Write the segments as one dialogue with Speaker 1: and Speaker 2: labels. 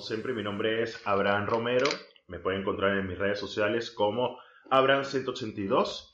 Speaker 1: siempre, mi nombre es Abraham Romero. Me pueden encontrar en mis redes sociales como Abraham182.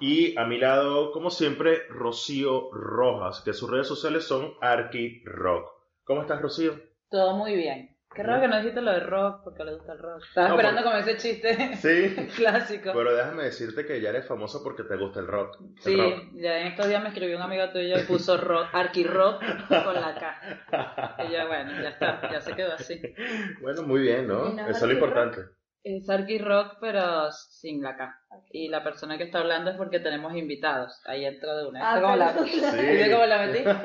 Speaker 1: Y a mi lado, como siempre, Rocío Rojas, que sus redes sociales son Arky Rock. ¿Cómo estás, Rocío?
Speaker 2: Todo muy bien. Qué raro que no dijiste lo de rock, porque le gusta el rock. Estaba
Speaker 1: No,
Speaker 2: esperando como ese chiste
Speaker 1: Sí.
Speaker 2: clásico.
Speaker 1: Pero déjame decirte que ya eres famoso porque te gusta el rock. El
Speaker 2: sí,
Speaker 1: rock.
Speaker 2: ya en estos días me escribió una amiga tuya y puso rock, arqui rock con la K. Y ya, bueno, ya está, ya se quedó así.
Speaker 1: Bueno, muy bien, ¿no?
Speaker 2: ¿Y
Speaker 1: Eso es
Speaker 2: no
Speaker 1: lo
Speaker 2: Arky Rock?
Speaker 1: importante.
Speaker 2: Es arqui rock, pero sin la K. Y la persona que está hablando es porque tenemos invitados. Ahí entró de una.
Speaker 3: Ah,
Speaker 2: ¿Cómo la,
Speaker 3: perdón.
Speaker 2: ¿Viste cómo la metí?
Speaker 1: claro.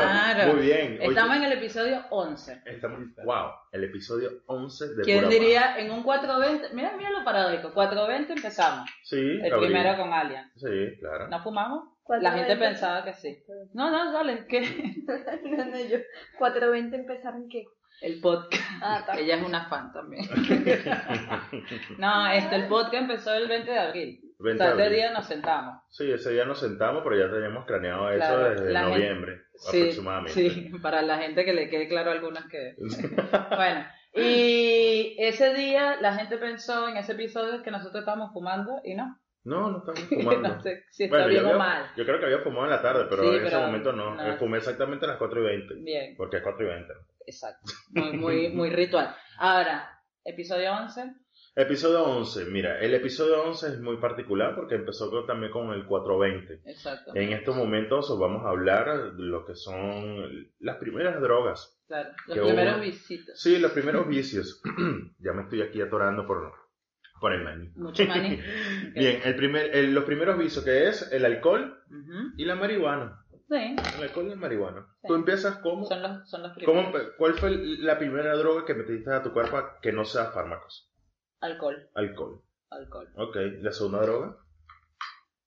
Speaker 2: Claro.
Speaker 1: Muy bien. Oye,
Speaker 2: Estamos en el episodio 11.
Speaker 1: estamos- Wow, el episodio 11 de
Speaker 2: ¿Quién
Speaker 1: Pura
Speaker 2: diría en un 420? Mira, mira lo paradójico. 420 empezamos.
Speaker 1: Paz. Sí,
Speaker 2: El
Speaker 1: Gabriel.
Speaker 2: primero con Alien.
Speaker 1: Sí, claro.
Speaker 2: ¿No fumamos? La
Speaker 3: 420.
Speaker 2: gente pensaba que sí. No, no, dale, que
Speaker 3: No, no, yo. 4.20 empezaron que.
Speaker 2: el podcast.
Speaker 3: Ah, está.
Speaker 2: Ella es una fan también. no, este, el podcast empezó el 20 de abril. O
Speaker 1: 20
Speaker 2: sea,
Speaker 1: de
Speaker 2: este
Speaker 1: abril.
Speaker 2: día nos sentamos.
Speaker 1: Sí, ese día nos sentamos, pero ya teníamos craneado eso
Speaker 2: Claro,
Speaker 1: desde
Speaker 2: la gente-
Speaker 1: noviembre
Speaker 2: Sí,
Speaker 1: aproximadamente.
Speaker 2: sí, para la gente que le quede claro algunas que... Bueno, y ese día la gente pensó en ese episodio que nosotros estábamos fumando y no.
Speaker 1: No, no estamos fumando.
Speaker 2: no sé si está
Speaker 1: Bueno, yo,
Speaker 2: bien o
Speaker 1: había-
Speaker 2: mal.
Speaker 1: yo creo que había fumado en la tarde, pero
Speaker 2: Sí,
Speaker 1: en ese
Speaker 2: pero
Speaker 1: momento no.
Speaker 2: no.
Speaker 1: Eh, Fumé exactamente a las 4 y 20.
Speaker 2: Bien.
Speaker 1: Porque es 4 y 20.
Speaker 2: Exacto. Muy, muy, muy ritual. Ahora, episodio 11.
Speaker 1: Episodio 11. Mira, el episodio 11 es muy particular porque empezó con- también con el 420.
Speaker 2: Exacto.
Speaker 1: En estos momentos os vamos a hablar de lo que son las primeras drogas.
Speaker 2: Claro. Los
Speaker 1: Qué
Speaker 2: primeros
Speaker 1: bueno.
Speaker 2: visitas.
Speaker 1: Sí, los primeros vicios. ya me estoy aquí atorando por, por el maní.
Speaker 2: Mucho maní. Ok.
Speaker 1: Bien, el primer, el- los primeros vicios que es el alcohol
Speaker 2: Ujú.
Speaker 1: y la marihuana.
Speaker 2: Sí,
Speaker 1: El alcohol y la marihuana.
Speaker 2: Sí.
Speaker 1: Tú empiezas como...
Speaker 2: son los, son los primeros.
Speaker 1: ¿Cómo, empe- ¿Cuál fue la primera droga que metiste a tu cuerpo que no sea fármacos?
Speaker 2: Alcohol.
Speaker 1: Alcohol.
Speaker 2: Alcohol.
Speaker 1: Ok. ¿La segunda droga?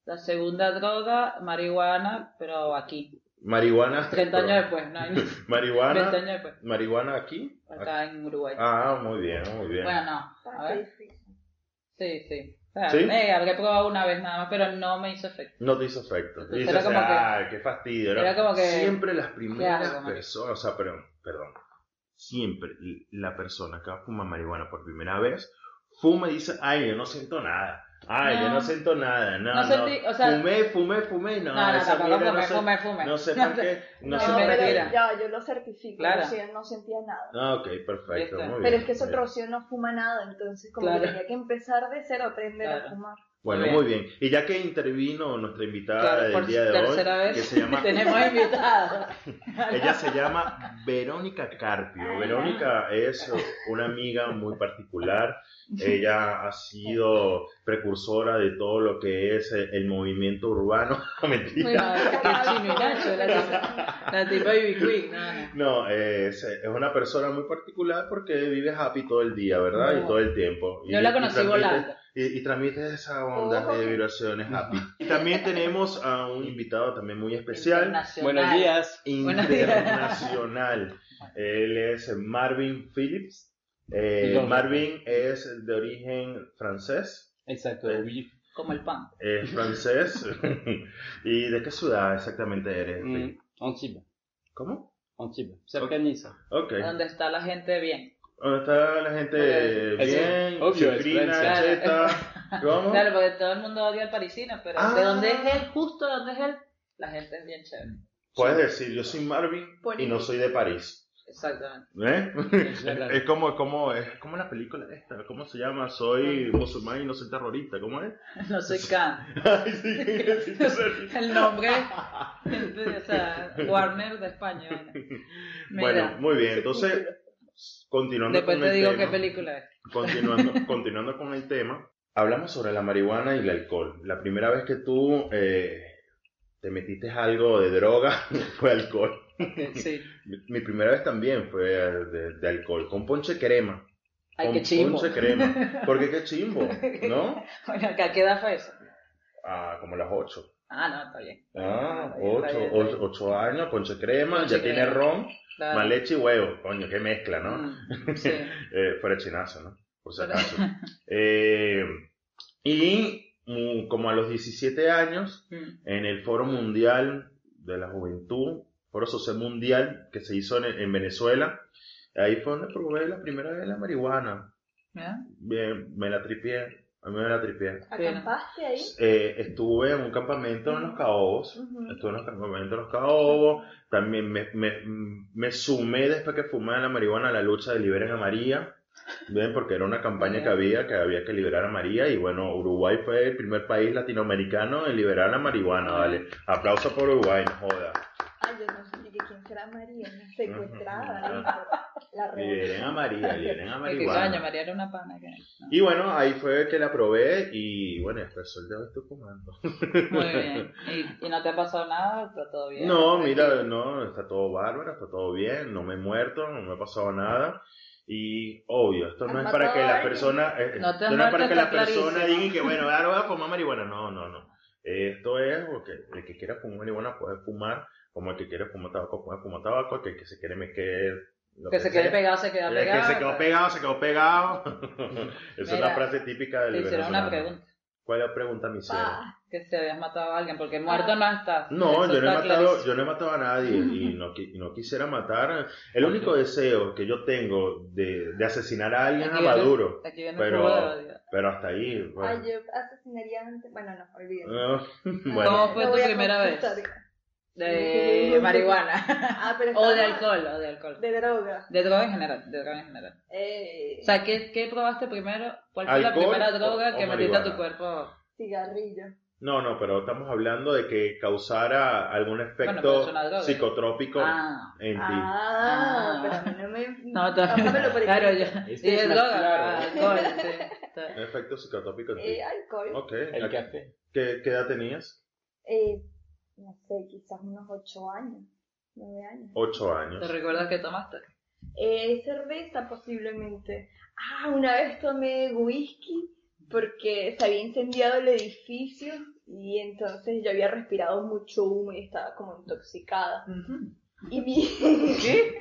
Speaker 2: La segunda droga, marihuana, pero aquí.
Speaker 1: Marihuana.
Speaker 2: 30 años después, no hay ni- 20
Speaker 1: Marihuana.
Speaker 2: años después.
Speaker 1: Marihuana aquí.
Speaker 2: Acá en Uruguay.
Speaker 1: Ah, muy bien, muy bien.
Speaker 2: Bueno, no. A
Speaker 3: Está
Speaker 2: ver.
Speaker 3: difícil.
Speaker 2: Sí, sí. O sea,
Speaker 1: ¿Sí?
Speaker 2: eh, habré probado una vez nada más, pero no me hizo efecto.
Speaker 1: No te hizo efecto.
Speaker 2: Era
Speaker 1: Dices,
Speaker 2: como que-
Speaker 1: ay, qué fastidio. ¿no?
Speaker 2: Era como que-
Speaker 1: Siempre las
Speaker 2: Qué
Speaker 1: primeras
Speaker 2: asco,
Speaker 1: personas, o sea, pero, perdón, siempre la persona que fuma marihuana por primera vez, fuma y dice, ay, yo no siento nada. Ay, yo
Speaker 2: No.
Speaker 1: no siento nada. No,
Speaker 2: No
Speaker 1: no.
Speaker 2: sentí- o sea-
Speaker 1: fumé, fumé, fumé. No,
Speaker 2: No, no,
Speaker 1: esa
Speaker 2: tampoco
Speaker 1: mierda no
Speaker 2: fumé,
Speaker 1: sé-
Speaker 2: fumé, fumé.
Speaker 1: No sé por qué. No,
Speaker 3: No,
Speaker 1: sé
Speaker 2: se
Speaker 1: por
Speaker 3: pero
Speaker 2: mentira.
Speaker 1: qué.
Speaker 3: ya, yo lo certifico.
Speaker 2: Claro.
Speaker 3: Rocío no sentía nada.
Speaker 1: Ah, ok, perfecto.
Speaker 2: Ya está.
Speaker 1: Muy bien,
Speaker 3: Pero es que eso
Speaker 1: muy bien.
Speaker 3: Rocío no fuma nada, entonces como
Speaker 2: Claro.
Speaker 3: que tenía que empezar de cero, aprender
Speaker 2: Claro.
Speaker 3: a fumar.
Speaker 1: Bueno,
Speaker 2: Muy
Speaker 1: muy bien. Y ya que intervino nuestra invitada
Speaker 2: Claro,
Speaker 1: del
Speaker 2: por
Speaker 1: día de hoy,
Speaker 2: tercera vez
Speaker 1: que se llama
Speaker 2: tenemos invitados.
Speaker 1: Ella se llama Verónica Carpio. Verónica es una amiga muy particular. Ella ha sido precursora de todo lo que es eh, el movimiento urbano. No,
Speaker 2: Muy
Speaker 1: Mentira.
Speaker 2: mal, que chino y Nacho, la tipa, la tipa Baby Queen, no, no.
Speaker 1: No, es, es una persona muy particular porque vive happy todo el día, ¿verdad? Y
Speaker 2: No.
Speaker 1: todo el tiempo. Y-
Speaker 2: Yo la
Speaker 1: y
Speaker 2: conocí
Speaker 1: transmite-
Speaker 2: volando.
Speaker 1: Y, y transmite esa onda
Speaker 3: Ojo.
Speaker 1: de vibraciones happy. Y también tenemos a un invitado también muy especial.
Speaker 2: Internacional.
Speaker 4: Buenos días.
Speaker 2: Buenos días.
Speaker 1: internacional. Él es Marvin Phillips. Eh,
Speaker 4: Londres.
Speaker 1: Marvin es de origen francés.
Speaker 4: Exacto.
Speaker 1: Eh,
Speaker 4: Willy.
Speaker 2: Como el pan.
Speaker 1: Es francés. ¿Y de qué ciudad exactamente eres?
Speaker 4: Mm, Antibes.
Speaker 1: ¿Cómo?
Speaker 4: Antibes. Cerca de Niza.
Speaker 1: Ok.
Speaker 4: Ah,
Speaker 2: Donde está la gente bien.
Speaker 1: ¿Dónde está la gente
Speaker 4: Es-
Speaker 1: bien?
Speaker 4: obvio, es
Speaker 1: chifrina,
Speaker 4: Francia.
Speaker 1: cheta. ¿Cómo?
Speaker 2: Claro, porque todo el mundo odia al parisino, pero
Speaker 1: Ah.
Speaker 2: de donde es él, justo de donde es él, la gente es bien chévere.
Speaker 1: Puedes decir, yo soy Marvin y no soy de París.
Speaker 2: Exactamente.
Speaker 1: ¿Eh?
Speaker 4: Es verdad.
Speaker 1: Es como, es como, es como la película esta, ¿cómo se llama? Soy musulmán y no soy terrorista, ¿cómo es?
Speaker 2: No soy Khan.
Speaker 1: Ay, sí, sí, sí, sí.
Speaker 2: El nombre, o sea, Warner de España. ¿no? Mira,
Speaker 1: Bueno, muy bien, entonces, continuando
Speaker 2: después
Speaker 1: con
Speaker 2: te
Speaker 1: el
Speaker 2: digo
Speaker 1: tema,
Speaker 2: qué película es.
Speaker 1: continuando, continuando con el tema, hablamos sobre la marihuana y el alcohol. La primera vez que tú eh, te metiste algo de droga fue alcohol.
Speaker 2: Sí.
Speaker 1: Mi, mi primera vez también fue de, de alcohol, con ponche crema.
Speaker 2: Ay,
Speaker 1: con
Speaker 2: qué chimbo.
Speaker 1: ponche crema. Porque qué chimbo, ¿no?
Speaker 2: Bueno, ¿a qué edad fue eso?
Speaker 1: Ah, como las 8.
Speaker 2: Ah, no, está bien.
Speaker 1: Ah,
Speaker 2: Está bien, está
Speaker 1: ocho,
Speaker 2: bien, está
Speaker 1: ocho,
Speaker 2: bien.
Speaker 1: ocho años, ponche crema,
Speaker 2: Ponche
Speaker 1: ya tiene
Speaker 2: crema.
Speaker 1: ron,
Speaker 2: Claro.
Speaker 1: más leche y huevo. Coño, qué mezcla, ¿no?
Speaker 2: Mm, Sí.
Speaker 1: Eh, fuera chinazo, ¿no? Por si
Speaker 2: Pero-
Speaker 1: acaso. Eh, y mm, como a los 17 años,
Speaker 2: Mm,
Speaker 1: en el Foro Mundial de la Juventud, Foro Social Mundial, que se hizo en, en Venezuela, ahí fue donde probé la primera vez la marihuana.
Speaker 2: ¿ya?
Speaker 1: Bien, me la tripié, a mí me la tripié.
Speaker 3: ¿Acampaste ahí?
Speaker 1: Eh, estuve en un campamento en Los Caobos,
Speaker 3: Ujú.
Speaker 1: Estuve en los campamentos de los caobos, también me, me, me sumé después que fumé la marihuana a la lucha de Liberen a María, ¿bien? porque era una campaña que había, que había que liberar a María, y bueno, Uruguay fue el primer país latinoamericano en liberar la marihuana, ¿vale? Aplauso por Uruguay, no joda.
Speaker 3: Ay, yo no sé ni que quién será María, una secuestrada.
Speaker 1: Ujú.
Speaker 3: ¿no? La revolución.
Speaker 1: Liberen a María, liberen a
Speaker 2: Ay, Que coño,
Speaker 1: marihuana.
Speaker 2: María era una pana. que- no.
Speaker 1: Y bueno, ahí fue que la probé, y bueno, hasta el sol de hoy estoy fumando.
Speaker 2: Muy bien. ¿Y, y no te ha pasado nada? ¿Está todo bien?
Speaker 1: No, mira, no, está todo bárbaro, está todo bien, no me he muerto, no me ha pasado nada. Y obvio, esto no
Speaker 3: ¿Has
Speaker 1: es para
Speaker 3: matado
Speaker 1: que
Speaker 3: a
Speaker 1: las
Speaker 3: alguien?
Speaker 1: personas, eh,
Speaker 2: No te
Speaker 1: esto no es
Speaker 2: mates,
Speaker 1: para que
Speaker 2: está
Speaker 1: las personas
Speaker 2: clarísimo.
Speaker 1: digan que bueno, ahora voy a fumar marihuana. No, no, no. Esto es porque el que quiera fumar marihuana puede fumar, como el que quiere fumar tabaco puede fumar tabaco, el que, que se quiere me quede. lo
Speaker 2: Que se quede
Speaker 1: sea.
Speaker 2: pegado, se queda
Speaker 1: El
Speaker 2: pegado. pues.
Speaker 1: que se quedó pegado, se quedó pegado. Esa es la
Speaker 2: Mira,
Speaker 1: frase típica del
Speaker 2: Te hicieron
Speaker 1: venezolano.
Speaker 2: una pregunta.
Speaker 1: ¿Cuál es la pregunta, mi
Speaker 3: Pa.
Speaker 2: Que si habías matado a alguien,
Speaker 3: Ah.
Speaker 2: porque muerto no estás.
Speaker 1: No,
Speaker 2: Eso
Speaker 1: yo no, he
Speaker 2: está
Speaker 1: matado,
Speaker 2: clarísimo.
Speaker 1: yo no he matado a nadie y no, qui- y no quisiera matar. El único deseo que yo tengo de, de asesinar a alguien es a
Speaker 2: Aquí viene-
Speaker 1: Maduro,
Speaker 2: Aquí viene
Speaker 1: pero-
Speaker 2: un juego de odio.
Speaker 1: pero hasta ahí.
Speaker 3: Ay,
Speaker 1: Bueno,
Speaker 3: yo asesinaría antes. Bueno, no, olvídalo.
Speaker 1: Eh,
Speaker 2: ¿Cómo
Speaker 1: bueno
Speaker 2: fue
Speaker 3: Lo
Speaker 2: tu
Speaker 3: voy a
Speaker 2: primera vez?
Speaker 3: confesar.
Speaker 2: De marihuana.
Speaker 3: Ah, pero
Speaker 2: o de
Speaker 3: estaba-
Speaker 2: alcohol, o de alcohol.
Speaker 3: De droga.
Speaker 2: De droga en general, de droga en general.
Speaker 3: Eh,
Speaker 2: O sea, ¿qué, qué probaste primero? ¿Cuál fue la
Speaker 1: ¿Alcohol
Speaker 2: primera
Speaker 1: o-
Speaker 2: droga
Speaker 1: o
Speaker 2: que metiste a tu
Speaker 1: marihuana?
Speaker 2: cuerpo?
Speaker 3: cigarrillo.
Speaker 1: no, no, pero estamos hablando de que causara algún
Speaker 2: pero
Speaker 1: efecto
Speaker 2: es una droga.
Speaker 1: psicotrópico
Speaker 2: Ah.
Speaker 1: en ti.
Speaker 3: Ah, pero a mí no me.
Speaker 2: No,
Speaker 3: Pásamelo por
Speaker 2: también. Claro,
Speaker 3: escrito.
Speaker 2: yo.
Speaker 4: Este
Speaker 2: Sí,
Speaker 4: es
Speaker 2: es
Speaker 4: más
Speaker 2: droga. Ah,
Speaker 4: claro.
Speaker 2: Alcohol, sí. Está-
Speaker 1: Un efecto psicotrópico en ti.
Speaker 3: Eh, alcohol.
Speaker 1: Ok.
Speaker 4: El café.
Speaker 1: ¿Qué, qué edad tenías?
Speaker 3: Eh, no sé, quizás unos 8 años, 9 años.
Speaker 1: Ocho
Speaker 2: ¿Te
Speaker 1: años.
Speaker 2: recuerdas que tomaste?
Speaker 3: Eh, cerveza posiblemente. Ah, una vez tomé whisky porque se había incendiado el edificio y entonces yo había respirado mucho humo y estaba como intoxicada. Y, mi-
Speaker 2: ¿Sí?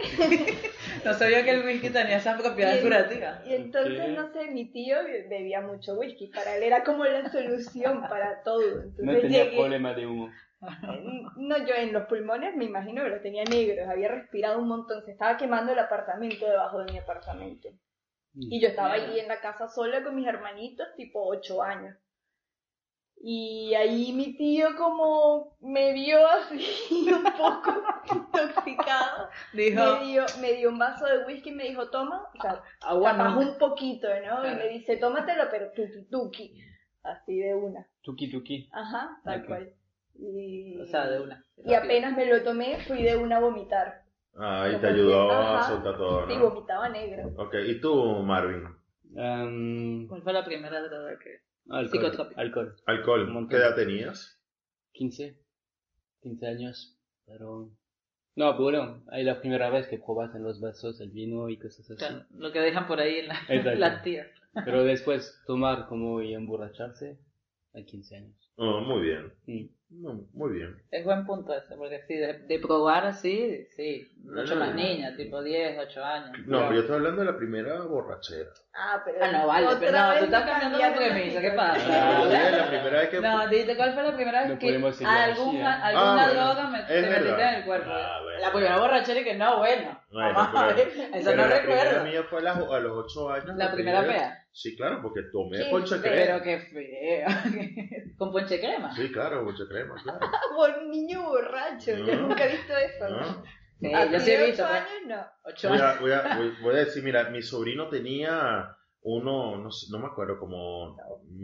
Speaker 2: no sabía que el whisky tenía esas propiedades
Speaker 3: Sí.
Speaker 2: curativas.
Speaker 3: y entonces, no sé, mi tío bebía mucho whisky. Para él era como la solución para todo. Entonces
Speaker 4: No tenía
Speaker 3: llegué- Mm,
Speaker 4: problema de humo.
Speaker 3: No, yo en los pulmones me imagino que los tenía negros, había respirado un montón, se estaba quemando el apartamento debajo de mi apartamento.
Speaker 4: Mm,
Speaker 3: Y yo estaba ahí en la casa sola con mis hermanitos, tipo 8 años. Y ahí mi tío como me vio así un poco intoxicado, me
Speaker 2: Dijo,
Speaker 3: dio, me dio un vaso de whisky y me dijo, toma, o sea,
Speaker 2: agua
Speaker 3: capaz
Speaker 2: no.
Speaker 3: un poquito, ¿no? Y me dice, tómatelo, pero tuki tuki, así de una.
Speaker 4: Tuki tuki.
Speaker 3: Ajá, tal
Speaker 4: Ok.
Speaker 3: cual. Y...
Speaker 2: O sea, de una.
Speaker 3: Y apenas me lo tomé, fui de una a vomitar.
Speaker 1: Ah, y te ayudó a
Speaker 3: Ajá.
Speaker 1: soltar todo,
Speaker 3: Sí,
Speaker 1: ¿no?
Speaker 3: vomitaba negro.
Speaker 1: Ok, ¿y tú, Marvin?
Speaker 4: Um,
Speaker 2: ¿Cuál fue la primera droga que.?
Speaker 4: alcohol.
Speaker 2: Psicotrópico.
Speaker 4: Alcohol. Un
Speaker 1: ¿Alcohol?
Speaker 4: montón.
Speaker 1: ¿Qué edad tenías?
Speaker 4: 15. 15 años. Pero. No, pero bueno, es la primera vez que probas en los vasos el vino y cosas
Speaker 2: o
Speaker 4: así.
Speaker 2: sea, lo que dejan por ahí en la-
Speaker 4: Exacto.
Speaker 2: las tías.
Speaker 4: Pero después tomar como y emborracharse a 15 años.
Speaker 1: Oh, muy bien.
Speaker 4: Mm.
Speaker 1: Muy, muy bien.
Speaker 2: Es buen punto ese, porque sí, de, de probar así, sí. Mucho
Speaker 1: Mm.
Speaker 2: más niña, tipo 10, 8 años.
Speaker 1: No,
Speaker 4: Ya.
Speaker 1: pero yo estoy hablando de la primera borrachera.
Speaker 3: Ah, pero.
Speaker 2: Ah, no, vale,
Speaker 3: otra
Speaker 2: pero no,
Speaker 3: vez
Speaker 2: tú estás cambiando la
Speaker 3: cambiaron
Speaker 2: premisa, ¿qué
Speaker 3: situación.
Speaker 2: pasa?
Speaker 1: Ah, bien, la primera vez que.
Speaker 2: No, dite cuál fue la primera vez
Speaker 4: No
Speaker 2: que
Speaker 4: podemos seguir así, ¿eh?
Speaker 2: alguna, alguna
Speaker 1: Ah, bueno,
Speaker 2: droga me,
Speaker 1: es
Speaker 2: te metiste
Speaker 1: verdad.
Speaker 2: en el cuerpo.
Speaker 1: Ah, bueno.
Speaker 2: La primera borrachera y que no, bueno.
Speaker 1: Bueno,
Speaker 2: Vamos a
Speaker 1: pero-
Speaker 2: ver, eso no
Speaker 1: la primera
Speaker 2: recuerdo.
Speaker 1: mía fue a, las- a los 8 años.
Speaker 2: La primera pea.
Speaker 1: Sí, claro, porque tomé
Speaker 3: Sí,
Speaker 1: ponche crema.
Speaker 2: Pero qué feo. Con ponche crema.
Speaker 1: Sí, claro, ponche crema, claro.
Speaker 3: Ah, buen niño borracho, yo
Speaker 1: No.
Speaker 3: nunca he visto eso.
Speaker 1: No.
Speaker 2: Sí,
Speaker 3: A
Speaker 2: yo
Speaker 3: ti
Speaker 2: sí he
Speaker 3: de
Speaker 2: visto.
Speaker 3: ocho
Speaker 2: pues,
Speaker 3: años, no.
Speaker 2: Ocho
Speaker 1: Ah, Voy
Speaker 2: años.
Speaker 1: a, voy a- voy- voy a decir, mira, mi sobrino tenía uno, no, sé, no me acuerdo, como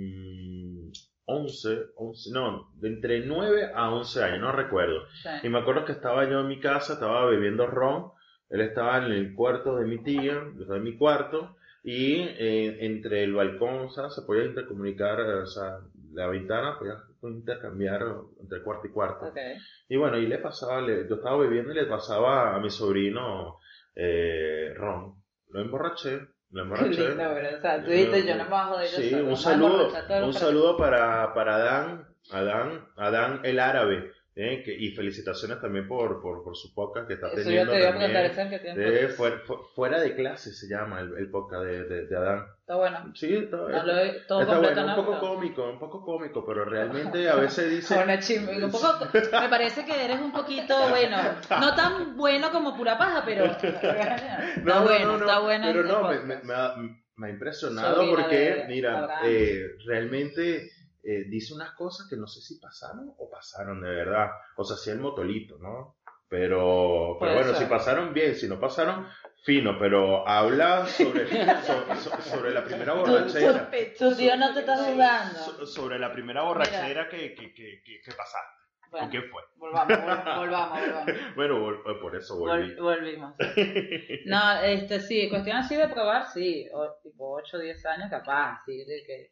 Speaker 1: mm, 11, 11, no, de entre 9 a 11 años, no recuerdo. Y
Speaker 2: Sí.
Speaker 1: me acuerdo que estaba yo en mi casa, estaba bebiendo ron, él estaba en el cuarto de mi tía, yo estaba en mi cuarto, y eh, entre el balcón, o sea, se podía intercomunicar, eh, o sea, la ventana podía intercambiar entre cuarto y cuarto.
Speaker 2: Ok.
Speaker 1: Y bueno, y le pasaba, le- yo estaba bebiendo y le pasaba a mi sobrino eh, ron. Lo emborraché, lo
Speaker 2: Qué
Speaker 1: emborraché.
Speaker 2: lindo, pero, o sea, tú dijiste, yo no me voy a joder yo
Speaker 1: Sí,
Speaker 2: solo,
Speaker 1: un
Speaker 2: vamos a
Speaker 1: saludo,
Speaker 2: emborrachar Ah, todos los
Speaker 1: un
Speaker 2: para-
Speaker 1: saludo para, para Adán, Adán, Adán el árabe, ¿eh? Que- y felicitaciones también por, por, por su podcast que está
Speaker 2: Eso yo
Speaker 1: teniendo
Speaker 2: te iba a
Speaker 1: también.
Speaker 2: preguntar, eso es que tiene
Speaker 1: De
Speaker 2: fotos.
Speaker 1: fuera, fu- fuera de clase se llama el, el podcast de, de, de Adán.
Speaker 2: Está bueno.
Speaker 1: Sí, está,
Speaker 2: No lo he- todo
Speaker 1: está
Speaker 2: completo,
Speaker 1: bueno, un
Speaker 2: ¿no?
Speaker 1: poco
Speaker 2: Pero-
Speaker 1: cómico, un poco cómico, pero realmente a veces dice...
Speaker 2: Ahora chisme, digo, un poco- me parece que eres un poquito bueno, no tan bueno como pura paja, pero está bueno, está bueno.
Speaker 1: Pero
Speaker 2: el
Speaker 1: no, me,
Speaker 2: podcast.
Speaker 1: me- me ha, me ha impresionado
Speaker 2: Sobrina
Speaker 1: porque,
Speaker 2: de-
Speaker 1: mira,
Speaker 2: Abraham.
Speaker 1: eh, realmente eh, dice unas cosas que no sé si pasaron o pasaron de verdad. O sea, sí el motolito, ¿no? Pero, pero
Speaker 2: Puede
Speaker 1: bueno,
Speaker 2: ser.
Speaker 1: si pasaron bien, si no pasaron, fino, pero habla sobre, so- so- sobre la primera borrachera.
Speaker 2: Tu tío no te estás dudando.
Speaker 1: So- sobre la primera borrachera que, que, que, que- que pasaste.
Speaker 2: Bueno,
Speaker 1: ¿O qué fue?
Speaker 2: volvamos, vol- volvamos, volvamos.
Speaker 1: Bueno, vol- por eso volví.
Speaker 2: Vol- volvimos. No, este sí, cuestión así de probar, sí, o, tipo 8 o 10 años capaz, sí, de que,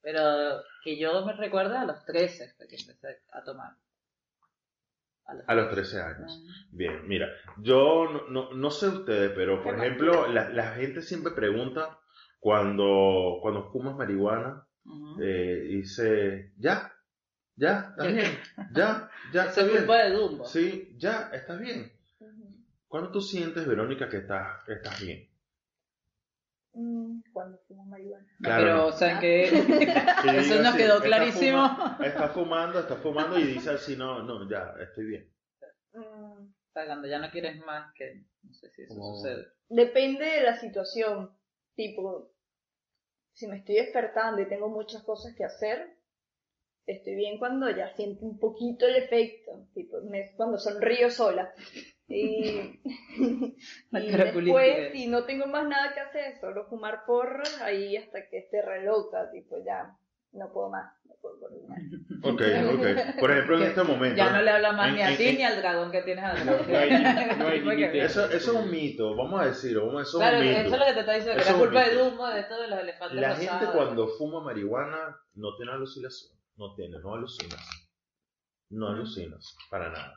Speaker 2: pero que yo me recuerdo a los 13 fue que empecé a tomar.
Speaker 1: A los 13 años. Bien, mira, yo no, no, no sé ustedes, pero por ejemplo, la, la gente siempre pregunta cuando, cuando fumas marihuana,
Speaker 2: Ujú.
Speaker 1: eh, dice, ya, ya, estás bien, ya, ya,
Speaker 2: Eso
Speaker 1: estás
Speaker 2: es
Speaker 1: bien.
Speaker 2: culpa de Dumbo.
Speaker 1: Sí, ya, estás bien.
Speaker 3: Ujú.
Speaker 1: ¿Cuándo tú sientes, Verónica, que estás, que estás bien?
Speaker 3: Mm, Cuando fumo marihuana.
Speaker 2: No,
Speaker 1: Claro,
Speaker 2: pero,
Speaker 1: no.
Speaker 2: o sea, que
Speaker 1: Que
Speaker 2: eso
Speaker 1: diga
Speaker 2: nos
Speaker 1: así,
Speaker 2: quedó
Speaker 1: "Está
Speaker 2: clarísimo.
Speaker 1: fuma- Está fumando, está fumando y dice así, no, no, ya, estoy bien.
Speaker 3: Mm,
Speaker 2: O sea, cuando ya no quieres más, que no sé si eso
Speaker 4: Como-
Speaker 2: sucede.
Speaker 3: Depende de la situación. Tipo, si me estoy despertando y tengo muchas cosas que hacer, estoy bien cuando ya siento un poquito el efecto. Tipo, me- cuando sonrío sola. Y,
Speaker 2: La
Speaker 3: y
Speaker 2: cara
Speaker 3: después,
Speaker 2: culística.
Speaker 3: si no tengo más nada que hacer, solo fumar porros, ahí hasta que esté reloca. Tipo, ya, no puedo más. No puedo por más.
Speaker 1: Ok, ok. Por ejemplo, en
Speaker 2: Que
Speaker 1: este momento.
Speaker 2: Ya no le habla más
Speaker 1: en-
Speaker 2: ni a
Speaker 1: en-
Speaker 2: ti
Speaker 1: en-
Speaker 2: ni al dragón que tienes atrás.
Speaker 4: No, no hay- no hay
Speaker 2: Porque-
Speaker 4: límite.
Speaker 1: Eso, eso es un mito, vamos a decirlo, vamos a eso es
Speaker 2: Claro,
Speaker 1: un mito.
Speaker 2: eso es lo que te está diciendo, que
Speaker 1: Eso
Speaker 2: era
Speaker 1: es un
Speaker 2: culpa de
Speaker 1: mito.
Speaker 2: Dumbo, de esto de los elefantes
Speaker 1: La
Speaker 2: rosados.
Speaker 1: gente cuando fuma marihuana no tiene alucinación, no tiene, no alucinas. No alucinas, para nada.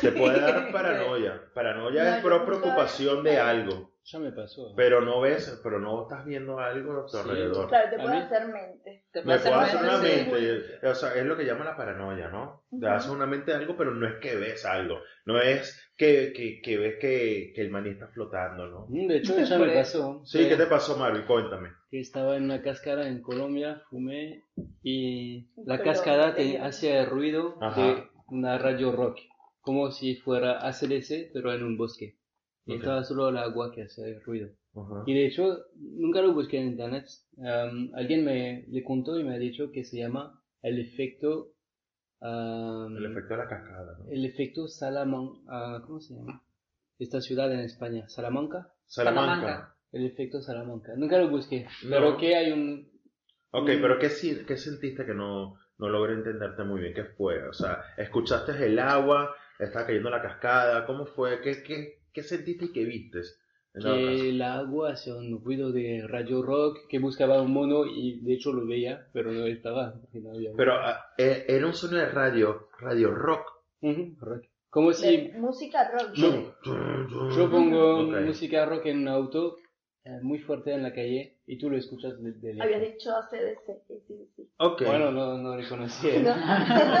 Speaker 1: Te puede dar paranoia. Paranoia
Speaker 3: No,
Speaker 1: es
Speaker 3: yo
Speaker 1: pro-
Speaker 3: nunca-
Speaker 1: preocupación de algo,
Speaker 4: Ya me pasó.
Speaker 1: pero no ves, pero no estás viendo algo a tu
Speaker 4: Sí.
Speaker 1: alrededor.
Speaker 3: Claro, te
Speaker 4: A
Speaker 3: puede
Speaker 4: mí-
Speaker 3: hacer mente.
Speaker 2: Te
Speaker 1: Me
Speaker 2: hacer
Speaker 1: puede hacer una
Speaker 2: menos, sí.
Speaker 1: mente, o sea, es lo que llama la paranoia, ¿no? Te
Speaker 3: Ujú.
Speaker 1: hace una mente de algo, pero no es que ves algo, no es que, que, que ves que, que el maní está flotando, ¿no?
Speaker 4: Mm, De hecho, ya
Speaker 2: Por
Speaker 4: me
Speaker 2: eso.
Speaker 4: pasó.
Speaker 1: Pues, Sí, ¿qué te pasó, Marvin? Cuéntame.
Speaker 4: que estaba en una cascada en Colombia, fumé y la
Speaker 3: Pero,
Speaker 4: cascada te
Speaker 3: ¿qué?
Speaker 4: hacía el ruido
Speaker 1: Ajá.
Speaker 4: de una radio rock, como si fuera ACDC, pero en un bosque. Y
Speaker 1: Ok.
Speaker 4: estaba solo el agua que hacía el ruido.
Speaker 1: Ajá.
Speaker 4: Y de hecho, nunca lo busqué en internet. Am, alguien me le contó y me ha dicho que se llama el efecto... am,
Speaker 1: El
Speaker 4: Mm.
Speaker 1: efecto de la cascada, ¿no?
Speaker 4: el efecto Salaman- ah, ¿Cómo se llama? Esta ciudad en España, Salamanca.
Speaker 1: Salamanca.
Speaker 4: El efecto Salamanca. Nunca lo busqué.
Speaker 1: No.
Speaker 4: Pero que hay un,
Speaker 1: Ok,
Speaker 4: Mm.
Speaker 1: pero ¿qué, si- qué sentiste que no, no logré entenderte muy bien? ¿Qué fue? O sea, ¿escuchaste el agua? ¿Estaba cayendo la cascada? ¿Cómo fue? ¿Qué, qué, qué sentiste y qué vistes? En dado
Speaker 4: que el agua hacía un ruido de radio rock que buscaba un mono y de hecho lo veía, pero no estaba. porque no había
Speaker 1: caso. Pero ah, eh, era un sonido de radio, radio rock.
Speaker 4: Ujú, rock. Como si
Speaker 3: De Eh, música rock.
Speaker 4: yo, yo pongo
Speaker 1: Ok.
Speaker 4: música rock en un auto eh, muy fuerte en la calle y tú lo escuchas de, de lejos.
Speaker 3: Habías dicho ACDC. y sí, sí.
Speaker 1: Ok.
Speaker 4: Bueno, no, no reconocí. ¿eh?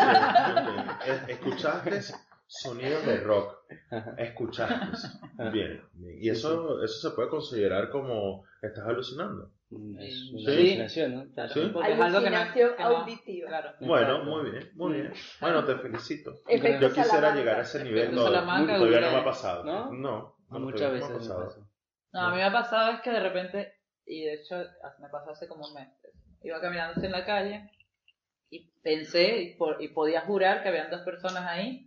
Speaker 1: ok, ok. Es- Escuchaste sonidos de rock.
Speaker 4: Ajá.
Speaker 1: Escuchaste. Bien. bien. Y eso, eso se puede considerar como estás alucinando.
Speaker 4: Es
Speaker 2: Sí.
Speaker 4: una alucinación, ¿no?
Speaker 2: Claro,
Speaker 1: Sí.
Speaker 2: porque es algo que no-
Speaker 3: Alucinación
Speaker 2: que no-
Speaker 3: auditiva.
Speaker 2: Claro.
Speaker 1: Bueno,
Speaker 4: Exacto.
Speaker 1: muy bien, muy bien. Bueno, te felicito.
Speaker 3: Efecto
Speaker 1: Yo quisiera
Speaker 3: Salamanca.
Speaker 1: llegar a ese nivel,
Speaker 2: Efecto
Speaker 1: no,
Speaker 2: Salamanca,
Speaker 1: todavía no me
Speaker 2: Google.
Speaker 1: ha pasado. No,
Speaker 4: ¿No?
Speaker 1: no,
Speaker 4: Muchas
Speaker 1: todavía no
Speaker 4: veces
Speaker 1: me ha
Speaker 4: me
Speaker 1: pasado.
Speaker 4: pasó.
Speaker 2: No, a mí me ha pasado es que de repente, y de hecho me pasó hace como un mes, iba caminando así en la calle y pensé y, po- y podía jurar que habían dos personas ahí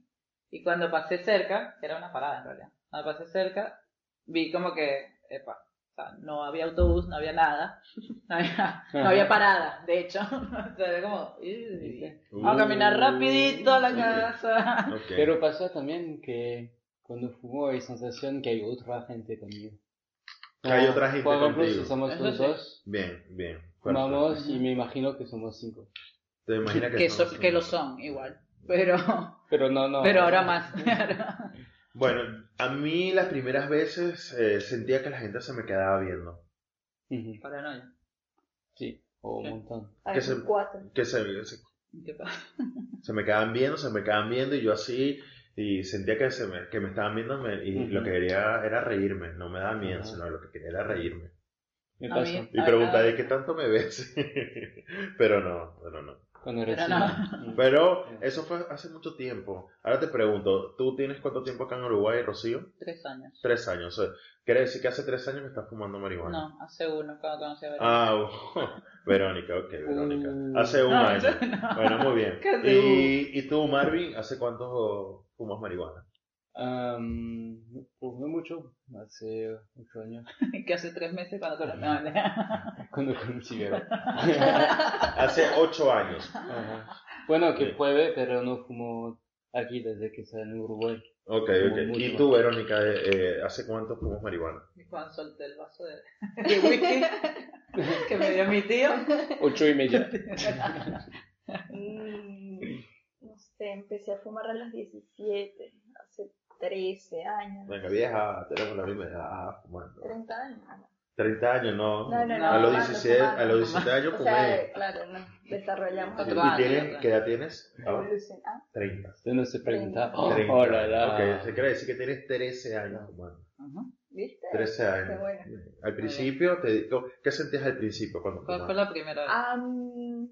Speaker 2: Y cuando pasé cerca, que era una parada en realidad, cuando pasé cerca, vi como que, epa, o sea, no había autobús, no había nada, no había, no había parada, de hecho. o sea, era como, "Uy, vamos a caminar
Speaker 1: Uh,
Speaker 2: rapidito a la
Speaker 1: ok.
Speaker 2: casa.
Speaker 1: Ok.
Speaker 4: Pero pasó también que cuando fumo hay sensación que hay otra gente conmigo.
Speaker 1: Que hay otra gente
Speaker 4: Por ejemplo,
Speaker 1: contigo.
Speaker 4: si somos
Speaker 2: Eso
Speaker 4: los
Speaker 2: sí.
Speaker 4: dos,
Speaker 1: Bien, bien. perfecto.
Speaker 4: fumamos y me imagino que somos cinco.
Speaker 1: Te imaginas que,
Speaker 2: Que,
Speaker 1: son-
Speaker 2: so- que lo son, igual. Pero,
Speaker 4: Pero no, no.
Speaker 2: pero
Speaker 1: Ah.
Speaker 2: ahora más.
Speaker 1: Bueno, a mí las primeras veces eh, sentía que la gente se me quedaba viendo.
Speaker 4: Ujú,
Speaker 2: Paranoia.
Speaker 4: sí, o
Speaker 2: Sí.
Speaker 4: un montón.
Speaker 3: A
Speaker 1: Que
Speaker 3: ver,
Speaker 1: se-
Speaker 3: cuatro.
Speaker 1: Que se, se-
Speaker 2: ¿Qué pasa?
Speaker 1: se me quedaban viendo, se me quedaban viendo y yo así. Y sentía que, se me, que me estaban viendo me- y
Speaker 4: Ujú.
Speaker 1: lo que quería era reírme. No me daba miedo,
Speaker 4: Ajá.
Speaker 1: sino lo que quería era reírme.
Speaker 4: Me
Speaker 2: A
Speaker 4: pasó
Speaker 2: mí-
Speaker 1: Y preguntar de qué tanto me ves. pero no, pero no.
Speaker 4: cuando era
Speaker 2: Pero
Speaker 4: chico. Mm.
Speaker 1: Pero eso fue hace mucho tiempo. Ahora te pregunto, ¿tú tienes cuánto tiempo acá en Uruguay, Rocío?
Speaker 2: Tres años.
Speaker 1: Tres años. O sea, Quiere decir que hace tres años que estás fumando marihuana.
Speaker 2: No, hace uno cuando conocí a Verónica.
Speaker 1: Ah, ujú. Verónica, ok, Verónica.
Speaker 4: Uh.
Speaker 1: Hace un
Speaker 2: No,
Speaker 1: año.
Speaker 2: yo no.
Speaker 1: Bueno, muy bien.
Speaker 2: Casi
Speaker 1: ¿Y, y tú, Marvin, hace cuánto fumas marihuana?
Speaker 4: Am, pues no mucho, hace ocho años,
Speaker 2: que hace tres meses cuando conocí a Verónica.
Speaker 4: cuando conocí a Vero.
Speaker 1: Hace ocho años.
Speaker 4: Ajá. Bueno, que
Speaker 1: Sí.
Speaker 4: puede, pero no fumo aquí desde que está en Uruguay.
Speaker 1: Ok,
Speaker 4: Muy,
Speaker 1: ok.
Speaker 4: muy
Speaker 1: ¿Y
Speaker 4: mal.
Speaker 1: tú, Verónica, eh, eh, hace cuánto fumas marihuana?
Speaker 2: Y cuando solté el vaso de, de whisky que me dio mi tío.
Speaker 4: Ocho y media.
Speaker 3: Mm, No sé, empecé a fumar a los 17, hace 13 años,
Speaker 1: Venga, vieja, tenemos la misma edad fumando.
Speaker 3: 30 años. Ah, no.
Speaker 1: 30 años, no.
Speaker 3: No, no, no,
Speaker 1: a los
Speaker 3: fumando,
Speaker 1: 17, a los 17
Speaker 3: fumando.
Speaker 1: años
Speaker 3: O
Speaker 1: fumé.
Speaker 3: sea, claro, no, desarrollamos
Speaker 1: Sí,
Speaker 2: Otro
Speaker 3: otra
Speaker 1: ¿Y
Speaker 2: año,
Speaker 1: tienes,
Speaker 2: otro
Speaker 1: qué edad tienes? Ah,
Speaker 3: evolución. Ah,
Speaker 1: 30.
Speaker 4: Usted no se pregunta. Oh,
Speaker 1: 30.
Speaker 4: oh, la, la.
Speaker 1: Ok, se quiere decir que tienes 13 años fumando.
Speaker 2: Ujú.
Speaker 3: ¿viste?
Speaker 1: 13
Speaker 3: Qué
Speaker 1: años.
Speaker 3: bueno.
Speaker 1: Al principio, te digo, ¿qué sentías al principio cuando
Speaker 2: ¿Cuál fue
Speaker 1: fumabas?
Speaker 2: la primera vez?
Speaker 3: Ah, mm,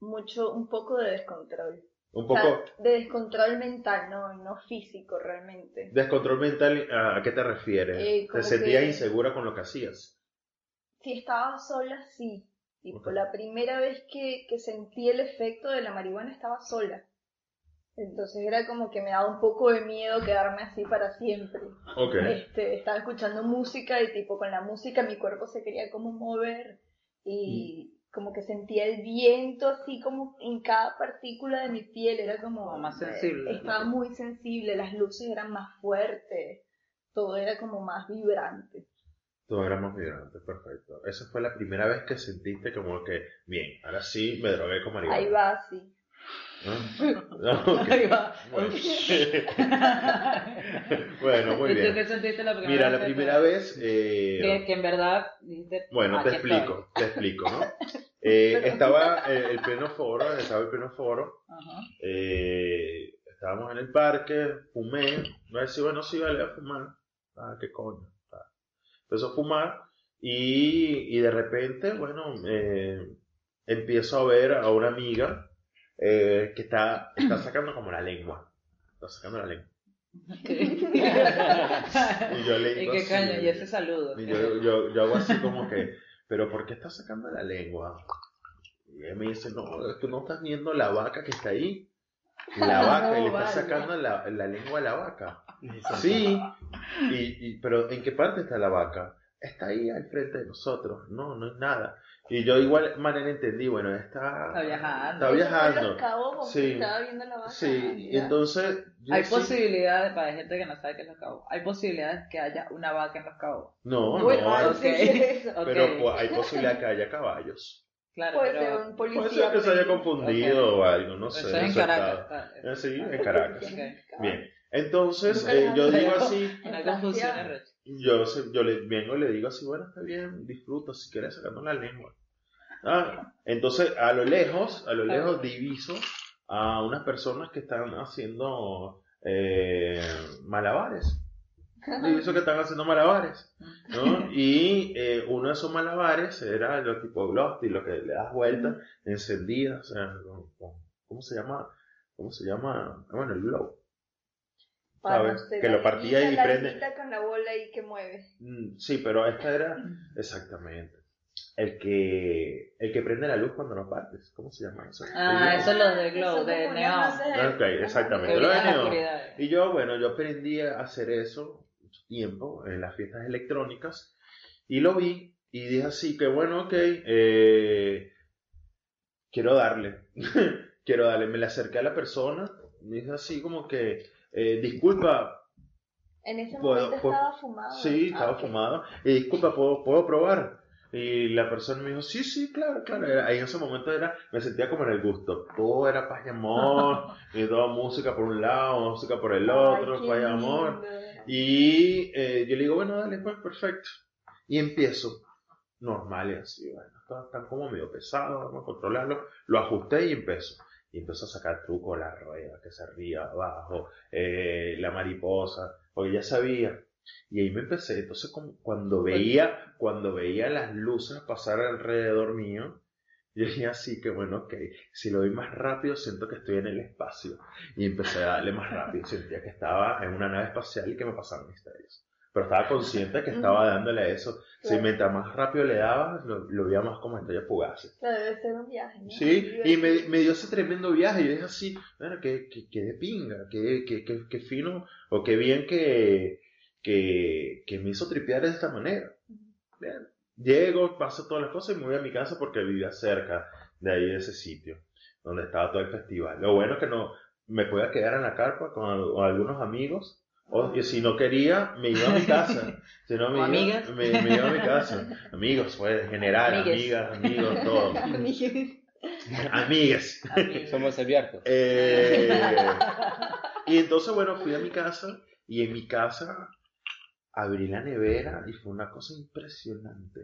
Speaker 3: mucho, un poco de descontrol.
Speaker 1: Un
Speaker 3: O sea,
Speaker 1: poco
Speaker 3: de descontrol mental, no, no físico realmente.
Speaker 1: descontrol mental, ¿a qué te refieres?
Speaker 3: Eh,
Speaker 1: ¿Te
Speaker 3: como
Speaker 1: sentías
Speaker 3: que-
Speaker 1: insegura con lo que hacías?
Speaker 3: Si estaba sola, sí. Y
Speaker 1: Ok.
Speaker 3: por la primera vez que, que sentí el efecto de la marihuana estaba sola. Entonces era como que me daba un poco de miedo quedarme así para siempre.
Speaker 1: Ok,
Speaker 3: Este, estaba escuchando música y tipo con la música mi cuerpo se quería como mover y
Speaker 1: Mm.
Speaker 3: como que sentía el viento así como en cada partícula de mi piel, era como
Speaker 2: Como más
Speaker 3: eh,
Speaker 2: sensible.
Speaker 3: Estaba muy sensible, las luces eran más fuertes, todo era como más vibrante.
Speaker 1: tú eras más vibrante, perfecto. Esa fue la primera vez que sentiste como que, bien, ahora sí me drogué con marihuana.
Speaker 3: Ahí va así.
Speaker 1: ¿Ah? Ok.
Speaker 2: Ahí va.
Speaker 1: Bueno. Bueno, muy
Speaker 2: ¿Y tú
Speaker 1: bien.
Speaker 2: qué sentiste la primera
Speaker 1: Mira,
Speaker 2: vez?
Speaker 1: la primera vez... eh,
Speaker 2: Que, que en verdad dijiste,
Speaker 1: Bueno, te
Speaker 2: "Aquí estoy".
Speaker 1: explico, te explico, ¿no? Eh,
Speaker 3: Pero-
Speaker 1: estaba eh, el pleno foro, estaba el pleno foro,
Speaker 2: Ajá.
Speaker 1: eh, estábamos en el parque, fumé, me decía, bueno, sí, vale, a fumar. Ah, qué coño. Ah. Empezó a fumar y, y de repente, bueno, eh, empiezo a ver a una amiga eh, que está, está sacando como la lengua. Está sacando la lengua. Y yo le
Speaker 2: y
Speaker 1: digo
Speaker 2: que
Speaker 1: así,
Speaker 2: caña, y ese saludo.
Speaker 1: y yo, yo, yo hago así como que, pero ¿por qué estás sacando la lengua? Y él me dice, no, tú no estás viendo la vaca que está ahí. La vaca, y le está
Speaker 3: vale.
Speaker 1: sacando la, la lengua a la vaca. Sí. Y, y- pero ¿en qué parte está la vaca? Está ahí al frente de nosotros. No, no es nada. Y yo igual manera entendí, bueno, está...
Speaker 2: Está
Speaker 1: Está
Speaker 2: viajando.
Speaker 3: Eso fue
Speaker 1: viajando.
Speaker 3: los cabobos,
Speaker 1: Sí.
Speaker 3: estaba viendo la vaca.
Speaker 1: Sí, y
Speaker 3: Ya.
Speaker 1: entonces... yo
Speaker 2: Hay
Speaker 1: sí-
Speaker 2: posibilidades, para gente que no sabe qué es los cabos, hay posibilidades que haya una vaca en los cabos.
Speaker 1: No,
Speaker 3: Muy
Speaker 1: no,
Speaker 3: raro
Speaker 1: hay-
Speaker 2: ok.
Speaker 3: que hiciera eso.
Speaker 1: pero
Speaker 2: Ok,
Speaker 1: pues, hay posibilidad que haya caballos.
Speaker 2: claro,
Speaker 3: Puede
Speaker 2: pero...
Speaker 3: ser un policía.
Speaker 1: Puede ser que se haya
Speaker 3: pero-
Speaker 1: confundido o algo, no sé.
Speaker 2: Eso
Speaker 1: no
Speaker 2: es en
Speaker 1: sé,
Speaker 2: Caracas.
Speaker 1: está-
Speaker 2: está-
Speaker 1: Eh, Sí, en Caracas.
Speaker 2: ok.
Speaker 1: Bien. Entonces,
Speaker 3: Nunca
Speaker 1: eh,
Speaker 3: la
Speaker 1: yo
Speaker 3: había
Speaker 1: digo
Speaker 2: visto.
Speaker 1: así,
Speaker 2: Una confusión
Speaker 3: Demasiado.
Speaker 2: arrecha.
Speaker 1: yo, se- yo le vengo y le digo así, bueno, está bien, disfruta, si quieres sacando la lengua. Ah, entonces, a lo lejos, a lo lejos diviso a unas personas que están haciendo eh, malabares. Diviso que están haciendo malabares. ¿no? Y eh, uno de esos malabares era lo tipo Glosty, lo que le das vueltas encendidas, o sea, con- con- ¿cómo se llama? ¿Cómo se llama? Ah, Bueno, el glow.
Speaker 3: Para
Speaker 1: ¿sabes?
Speaker 3: hacer
Speaker 1: Que lo
Speaker 3: la
Speaker 1: partía y
Speaker 3: limita, la
Speaker 1: prende.
Speaker 3: limita con la bola ahí que mueve.
Speaker 2: Mm.
Speaker 1: Mm, Sí, pero esta era. Exactamente. el que, el que prende la luz cuando nos partes. ¿Cómo se llama eso?
Speaker 2: Ah,
Speaker 1: El
Speaker 2: eso es lo de Glow,
Speaker 3: Eso
Speaker 2: de
Speaker 3: como unas
Speaker 2: Neon.
Speaker 3: luces
Speaker 1: Ok,
Speaker 3: de-
Speaker 1: exactamente.
Speaker 2: Que
Speaker 1: Lo de
Speaker 2: brilla en la
Speaker 1: neón.
Speaker 2: oscuridad.
Speaker 1: Y yo, bueno, yo aprendí a hacer eso mucho tiempo en las fiestas electrónicas y lo vi y dije así que bueno, ok, eh, quiero darle, quiero darle. Me le acerqué a la persona, dije así como que, eh, disculpa,
Speaker 3: En ese
Speaker 1: Puedo-
Speaker 3: momento
Speaker 1: puedo-
Speaker 3: estaba fumado.
Speaker 1: sí, estaba
Speaker 3: Ah, ok.
Speaker 1: fumado, y disculpa, ¿puedo, ¿puedo probar? Y la persona me dijo, sí, sí, claro, claro. Era- Ahí en ese momento era, me sentía como en el gusto. Todo era paz y amor, y toda música por un lado, música por el otro,
Speaker 3: Ay, qué
Speaker 1: paz y amor.
Speaker 3: lindo.
Speaker 1: Y eh, yo le digo, bueno, dale, pues, perfecto. Y empiezo. Normal y así, bueno, está, está como medio pesado, vamos a controlarlo. Lo ajusté y empezó. Y empezó a sacar truco, la rueda que se ría abajo, eh, la mariposa, porque ya sabía. Y ahí me empecé. Entonces, como cuando veía, cuando veía las luces pasar alrededor mío, yo dije así que bueno, ok, si lo doy más rápido, siento que estoy en el espacio y empecé a darle más rápido. Sentía que estaba en una nave espacial y que me pasaban misterios. Pero estaba consciente de que estaba dándole a eso. Si
Speaker 3: Claro.
Speaker 1: mientras más rápido le daba, lo, lo veía más como estrellas fugaces.
Speaker 3: Claro, debe ser un viaje. ¿no?
Speaker 1: Sí, y me,
Speaker 3: Divertido.
Speaker 1: me dio ese tremendo viaje. Y yo dije así, bueno, que, que, que de pinga, que, que, que, que fino, o qué bien que, que, que me hizo tripear de esta manera. Bien. Llego, paso todas las cosas y me voy a mi casa porque vivía cerca de ahí, de ese sitio, donde estaba todo el festival. Lo bueno es que no me podía quedar en la carpa con, al- con algunos amigos. O y si no quería, me iba a mi casa. Si no, me,
Speaker 2: Ah.
Speaker 1: iba,
Speaker 2: ¿O amigas?
Speaker 1: me, me iba a mi casa. Amigos, pues, en general,
Speaker 2: Amigues.
Speaker 1: amigas, amigos, todo. Amigues.
Speaker 2: Amigos.
Speaker 4: Somos abiertos.
Speaker 1: Eh, y entonces, bueno, fui a mi casa y en mi casa abrí la nevera y fue una cosa impresionante.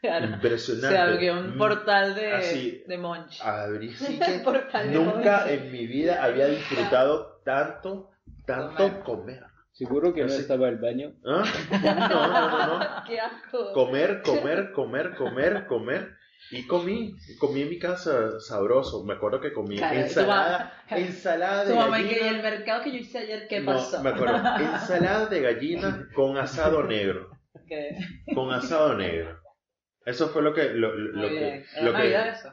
Speaker 2: Claro.
Speaker 1: Impresionante.
Speaker 2: Se abrió un
Speaker 1: Mm,
Speaker 2: portal de,
Speaker 1: Así.
Speaker 2: de Monch.
Speaker 1: Abrí sí
Speaker 3: El
Speaker 1: que
Speaker 3: portal de
Speaker 1: nunca
Speaker 3: Monchi.
Speaker 1: en mi vida había disfrutado tanto, tanto comer.
Speaker 4: Seguro que no
Speaker 1: Sí.
Speaker 4: estaba el baño.
Speaker 1: ¿Ah? No, no, no, no.
Speaker 3: Qué asco.
Speaker 1: Comer, comer, comer, comer, comer. Y comí, comí en mi casa sabroso. Me acuerdo que comí
Speaker 2: Claro, y tu
Speaker 1: ensalada, ensalada de
Speaker 2: Tu mamá y que
Speaker 1: gallina.
Speaker 2: "¿Y el mercado que yo hice ayer, ¿qué
Speaker 1: No,
Speaker 2: pasó?
Speaker 1: me acuerdo. Ensalada de gallina con asado negro.
Speaker 2: Que-
Speaker 1: Con asado negro. Eso fue lo que. Lo, lo-
Speaker 2: Muy
Speaker 1: lo
Speaker 2: bien.
Speaker 1: que,
Speaker 2: ¿Era
Speaker 1: lo que-
Speaker 2: Navidad eso?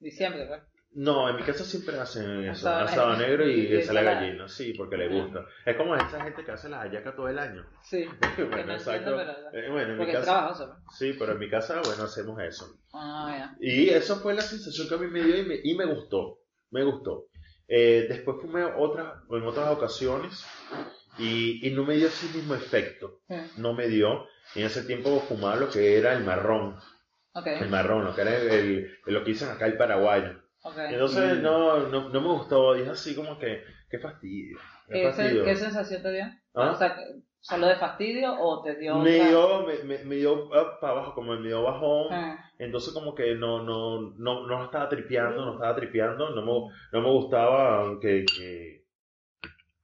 Speaker 2: Diciembre, pues.
Speaker 1: no, en mi casa siempre hacen eso:
Speaker 2: Asado
Speaker 1: asado negro y ensalada
Speaker 2: y
Speaker 1: de
Speaker 2: ensalada.
Speaker 1: gallina. Sí, porque le gusta. Es como esa gente que hace las hallacas todo el año.
Speaker 2: Sí. Que
Speaker 1: Bueno,
Speaker 2: no
Speaker 1: exacto.
Speaker 2: entiendo, pero-
Speaker 1: Eh, bueno, en mi
Speaker 2: Porque es
Speaker 1: casa.
Speaker 2: trabajoso. pues.
Speaker 1: Sí, pero en mi casa, bueno, hacemos eso.
Speaker 2: Ah, ya.
Speaker 1: Y esa fue la sensación que a mí me dio y me, y me gustó, me gustó. Eh, después fumé otras, en otras ocasiones y, y no me dio ese mismo efecto,
Speaker 2: Sí.
Speaker 1: no me dio. En ese tiempo fumaba lo que era el marrón,
Speaker 2: Ok,
Speaker 1: el marrón, lo que era el, el- lo que dicen acá el paraguayo.
Speaker 2: ok.
Speaker 1: Entonces
Speaker 4: Mm.
Speaker 1: no, no, no me gustó, dije así como que, qué fastidio, qué
Speaker 2: ¿Qué, sen-
Speaker 1: fastidio.
Speaker 2: qué sensación te dio?
Speaker 1: ¿Ah?
Speaker 2: O sea, ¿solo de fastidio o te dio...
Speaker 1: me
Speaker 2: otra-
Speaker 1: dio, me, me- me dio ah, para abajo, como me dio bajón,
Speaker 2: Ah,
Speaker 1: Entonces como que no, no, no, no estaba tripeando,
Speaker 2: Mm.
Speaker 1: no estaba tripeando, no me, no me gustaba que, que-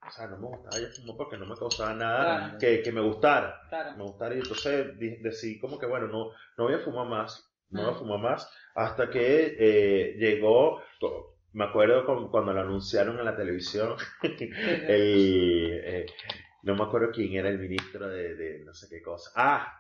Speaker 1: o sea, no me gustaba yo fumar porque no me causaba nada
Speaker 2: Claro.
Speaker 1: que, que me gustara,
Speaker 2: claro.
Speaker 1: me gustara y entonces di- decidí como que bueno, no, no voy a fumar más, no voy a
Speaker 2: Ah.
Speaker 1: fumar más, hasta que eh, llegó, co- me acuerdo con- cuando lo anunciaron en la televisión,
Speaker 2: Sí, sí.
Speaker 1: el, eh, no me acuerdo quién era el ministro de, de no sé qué cosa. Ah,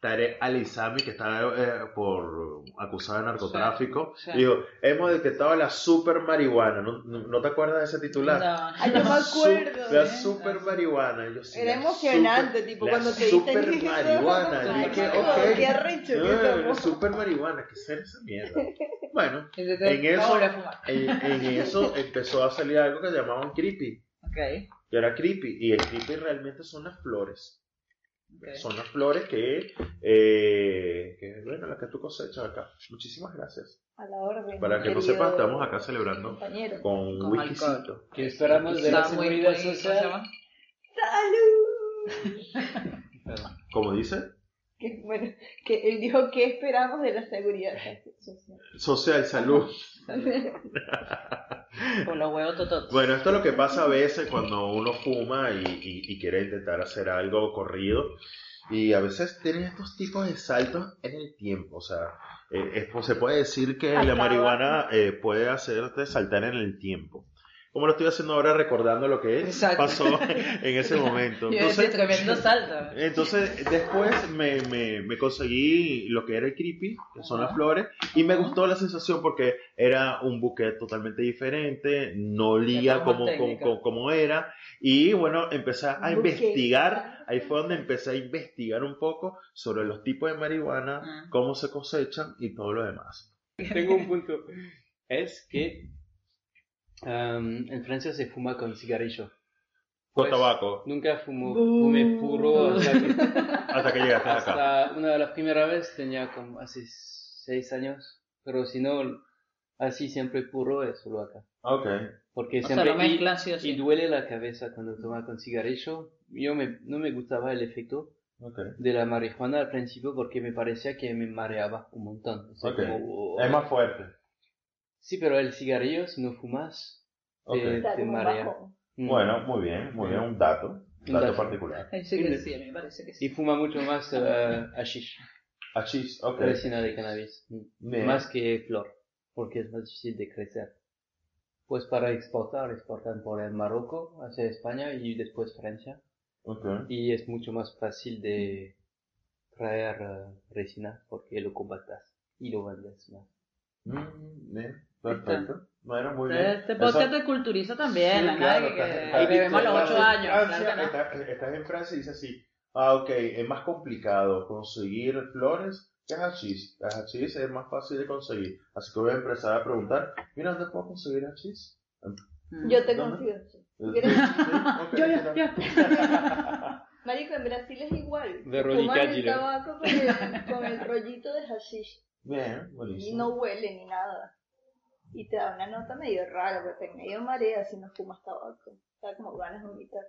Speaker 1: Tarek Al-Isami, que estaba eh, por acusado de narcotráfico.
Speaker 2: Sí, sí.
Speaker 1: Dijo, hemos detectado la super marihuana. ¿No, no- no te acuerdas de ese titular?
Speaker 3: Ay, yo me
Speaker 1: La su-
Speaker 3: acuerdo.
Speaker 1: La
Speaker 2: ¿eh?
Speaker 1: super marihuana. Yo, sí,
Speaker 3: Era
Speaker 1: la
Speaker 3: emocionante,
Speaker 1: super-
Speaker 3: tipo,
Speaker 1: la
Speaker 3: cuando te dicen
Speaker 1: super
Speaker 3: eso.
Speaker 1: marihuana.
Speaker 2: Ay,
Speaker 1: Dije,
Speaker 2: no,
Speaker 1: ok.
Speaker 3: qué arrecho que
Speaker 1: Ah,
Speaker 3: somos.
Speaker 1: super marihuana, ¿qué será esa mierda? Bueno,
Speaker 2: Y te- te-
Speaker 1: en eso-
Speaker 2: no volví a fumar.
Speaker 1: en, en eso empezó a salir algo que llamaban creepy.
Speaker 2: Ok,
Speaker 1: Yo era creepy. Y el creepy realmente son las flores.
Speaker 2: ok.
Speaker 1: Son las flores que, eh, que bueno, las que tú cosechas acá. Muchísimas gracias.
Speaker 3: A la orden.
Speaker 1: Para que no
Speaker 3: querido
Speaker 1: sepas, estamos acá celebrando
Speaker 3: Compañero.
Speaker 1: con un
Speaker 2: Con
Speaker 1: whiskycito.
Speaker 4: Que esperamos de la
Speaker 2: Está muy-
Speaker 4: seguridad
Speaker 2: muy- ¿cómo se
Speaker 4: social.
Speaker 2: llama?
Speaker 3: ¡Salud!
Speaker 1: Como dice,
Speaker 3: Que, bueno, que él dijo que esperamos de la seguridad social.
Speaker 1: social, salud.
Speaker 2: Con los huevos tototos.
Speaker 1: Bueno, esto es lo que pasa a veces cuando uno fuma y, y- y quiere intentar hacer algo corrido. Y a veces tienen estos tipos de saltos en el tiempo. O sea, eh, es- se puede decir que la
Speaker 3: Acaba.
Speaker 1: marihuana eh, puede hacerte saltar en el tiempo. como lo estoy haciendo ahora recordando lo que
Speaker 2: Exacto.
Speaker 1: pasó en ese momento.
Speaker 2: Yo decía,
Speaker 1: Entonces,
Speaker 2: tremendo salto.
Speaker 1: entonces después me, me- me conseguí lo que era el creepy, que son las
Speaker 2: Ajá.
Speaker 1: flores, y me gustó la sensación porque era un buquet totalmente diferente, no olía
Speaker 2: Era más
Speaker 1: como, como,
Speaker 2: técnica.
Speaker 1: como- como era, y bueno, empecé a
Speaker 3: Buquet.
Speaker 1: investigar, ahí fue donde empecé a investigar un poco sobre los tipos de marihuana,
Speaker 2: Ah.
Speaker 1: cómo se cosechan y todo lo demás.
Speaker 4: Tengo un punto. Es que am, en Francia se fuma con cigarrillo.
Speaker 1: Con
Speaker 4: Pues,
Speaker 1: tabaco,
Speaker 4: Nunca fumo,
Speaker 3: Bu-
Speaker 4: fumé puro. O sea que
Speaker 1: hasta que llegaste acá.
Speaker 4: hasta una de las primeras veces tenía como hace seis años. Pero si no, así siempre puro es solo acá.
Speaker 1: Ok.
Speaker 4: Porque
Speaker 2: O sea,
Speaker 4: siempre...
Speaker 2: lo
Speaker 4: y-
Speaker 2: mezclan sí o
Speaker 4: y
Speaker 2: sí.
Speaker 4: duele la cabeza cuando toma con cigarrillo. Yo me, no me gustaba el efecto
Speaker 1: ok.
Speaker 4: de la marihuana al principio porque me parecía que me mareaba un montón. O sea,
Speaker 1: Ok.
Speaker 4: como, oh.
Speaker 1: Es más fuerte.
Speaker 4: Sí, pero el cigarrillo, si no fumas,
Speaker 1: Ok.
Speaker 4: te,
Speaker 3: Está
Speaker 4: te
Speaker 3: como
Speaker 4: marea.
Speaker 3: bajo.
Speaker 4: Mm.
Speaker 1: Bueno, muy bien, muy bien, un dato, un dato
Speaker 4: dato.
Speaker 1: particular.
Speaker 2: Ay, Sí, que sí, a mí me parece que
Speaker 4: Y
Speaker 2: sí.
Speaker 4: fuma mucho más eh, hashish,
Speaker 1: Achis, ok.
Speaker 4: resina de cannabis. Mm.
Speaker 1: Bien.
Speaker 4: Más que flor, porque es más difícil de crecer. Pues para exportar, exportan por el Marroco hacia España y después Francia.
Speaker 1: Ok.
Speaker 4: y es mucho más fácil de traer eh, resina porque lo compactas y lo vendes más.
Speaker 1: Mm, bien, perfecto. Bueno, muy bien.
Speaker 2: Este podcast
Speaker 1: Eso-
Speaker 2: te culturiza también,
Speaker 1: Sí,
Speaker 2: la
Speaker 1: claro,
Speaker 2: nada, que-
Speaker 1: estás-
Speaker 2: que
Speaker 1: estás-
Speaker 2: bebemos a los
Speaker 1: estás
Speaker 2: ocho
Speaker 1: en
Speaker 2: años.
Speaker 1: Francia,
Speaker 2: claro que no.
Speaker 1: estás- Estás en Francia y dices así, ah, ok, es más complicado conseguir flores que hachís. Las hachís es más fácil de conseguir. Así que voy a empezar a preguntar, mira, ¿dónde puedo conseguir hachís?
Speaker 2: Mm.
Speaker 3: Yo te
Speaker 1: ¿Dónde?
Speaker 3: confío.
Speaker 1: ¿Quieres?
Speaker 2: Yo, yo, yo.
Speaker 3: Marico, en Brasil es igual.
Speaker 4: Verónica
Speaker 3: Fuman el
Speaker 4: Gil.
Speaker 3: tabaco con el, con el rollito de hashish.
Speaker 1: Bien,
Speaker 3: Y
Speaker 1: buenísimo.
Speaker 3: no huele ni nada. Y te da una nota medio rara, porque te medio marea si no fumas tabaco. Te da como ganas de vomitar.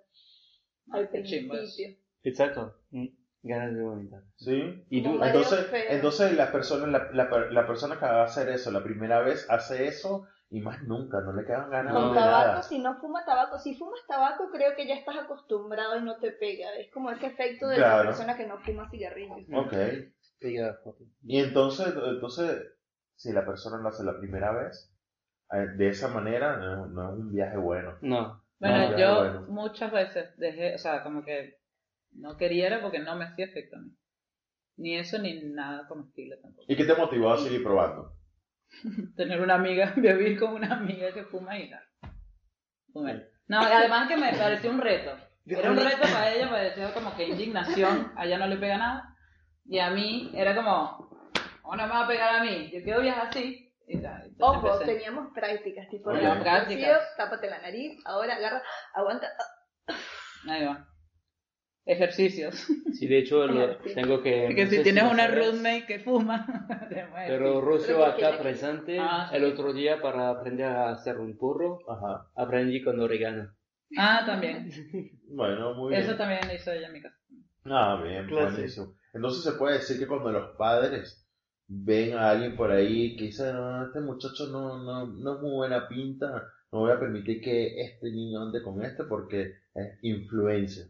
Speaker 3: Al
Speaker 2: Qué chimbo
Speaker 3: principio.
Speaker 4: Exacto. Mm, Ganas de vomitar.
Speaker 1: Sí.
Speaker 4: Y
Speaker 3: Como
Speaker 4: tú,
Speaker 3: Mario
Speaker 1: Entonces,
Speaker 3: Feo.
Speaker 1: entonces la persona, la, la- la persona que va a hacer eso la primera vez hace eso y más nunca, no le quedan ganas
Speaker 3: Con
Speaker 1: de
Speaker 3: tabaco,
Speaker 1: nada.
Speaker 3: si no fumas tabaco, si fumas tabaco creo que ya estás acostumbrado y no te pega. Es como ese efecto de
Speaker 1: Claro.
Speaker 3: la persona que no fuma cigarrillos.
Speaker 1: Ok.
Speaker 4: pega fuerte.
Speaker 1: Y entonces, entonces, si la persona lo hace la primera vez, eh, de esa manera no, no es un viaje bueno.
Speaker 4: No.
Speaker 2: Bueno,
Speaker 1: Ah, ya,
Speaker 2: yo
Speaker 1: bueno.
Speaker 2: muchas veces dejé, o sea, como que no quería era porque no me hacía efecto a mí. Ni eso ni nada comestible tampoco.
Speaker 1: ¿Y qué te motivó a seguir probando?
Speaker 2: Tener una amiga, vivir con una amiga que fuma y nada. Fumé. No, además que me pareció un reto. Era un reto para ella, parecía como que indignación, a ella no le pega nada. Y a mí era como, oh, no me va a pegar a mí, yo quiero viajar así. Y tal. Entonces
Speaker 3: Ojo,
Speaker 2: empecé.
Speaker 3: teníamos prácticas, tipo,
Speaker 1: Ok.
Speaker 3: no,
Speaker 2: Prácticas.
Speaker 3: tío, tápate la nariz, ahora agarra, aguanta.
Speaker 2: Ahí va. Ejercicios.
Speaker 4: Sí, de hecho, lo- tengo que...
Speaker 2: que
Speaker 4: no
Speaker 2: si
Speaker 4: sé
Speaker 2: tienes
Speaker 4: lo
Speaker 2: una
Speaker 4: sabes,
Speaker 2: roommate que fuma, te mueres.
Speaker 4: Pero Rocio
Speaker 3: Pero porque
Speaker 4: acá
Speaker 3: ya-
Speaker 4: presente,
Speaker 2: Ah, sí.
Speaker 4: el otro día para aprender a hacer un porro,
Speaker 1: Ajá.
Speaker 4: aprendí con orégano.
Speaker 2: Ah, también.
Speaker 1: Bueno, muy bien.
Speaker 2: Eso también lo hizo ella en mi casa.
Speaker 1: Ah, bien,
Speaker 4: Clase.
Speaker 1: buenísimo. Entonces se puede decir que cuando los padres ven a alguien por ahí que dice, no, este muchacho no, no, no es muy buena pinta, no voy a permitir que este niño ande con este porque es influencia.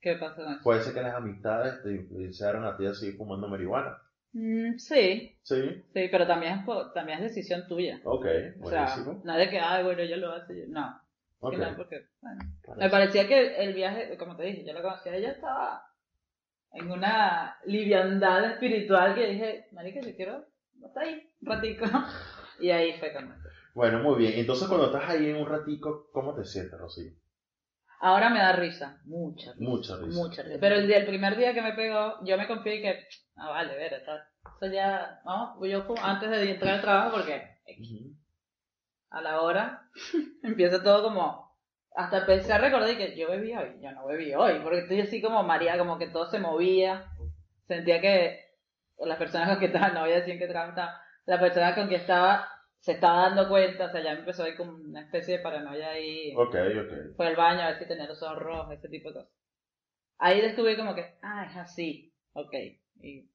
Speaker 2: ¿Qué pasa con eso?
Speaker 1: Puede ser que las amistades te influenciaron a ti a seguir fumando marihuana.
Speaker 2: Mm, sí,
Speaker 1: Sí,
Speaker 2: sí, pero también es, po- también es decisión tuya.
Speaker 1: ok,
Speaker 2: O sea,
Speaker 1: buenísimo.
Speaker 2: nadie que, ay, bueno, ella lo hace. yo-". No,
Speaker 1: Ok,
Speaker 2: que no, porque, bueno.
Speaker 4: Claro.
Speaker 2: Me parecía que el viaje, como te dije, yo la conocía, ella estaba en una liviandad espiritual que dije, marica, yo quiero estar ahí un ratico. Y ahí fue cuando empecé.
Speaker 1: Bueno, muy bien. Entonces cuando estás ahí en un ratico, ¿cómo te sientes, Rocío?
Speaker 2: Ahora me da risa, mucha risa.
Speaker 1: Mucha risa.
Speaker 2: Mucha risa. Pero el, día- el primer día que me pegó, yo me confié y que, ah, vale, ver, está. Eso ya, vamos, yo fu- antes de entrar al trabajo, porque
Speaker 1: Ujú.
Speaker 2: a la hora empieza todo como. Hasta empecé a recordar y que yo bebí hoy, yo no bebí hoy, porque estoy así como María, como que todo se movía. Sentía que las personas con que estaba, no voy a decir que trabajo estaba, la persona con que estaba se estaba dando cuenta, o sea, ya me empezó a ir como una especie de paranoia ahí
Speaker 1: Ok, ok.
Speaker 2: fue al baño a ver si tenía los ojos rojos, ese tipo de cosas. Ahí descubrí como que, ah, es así, ok. Y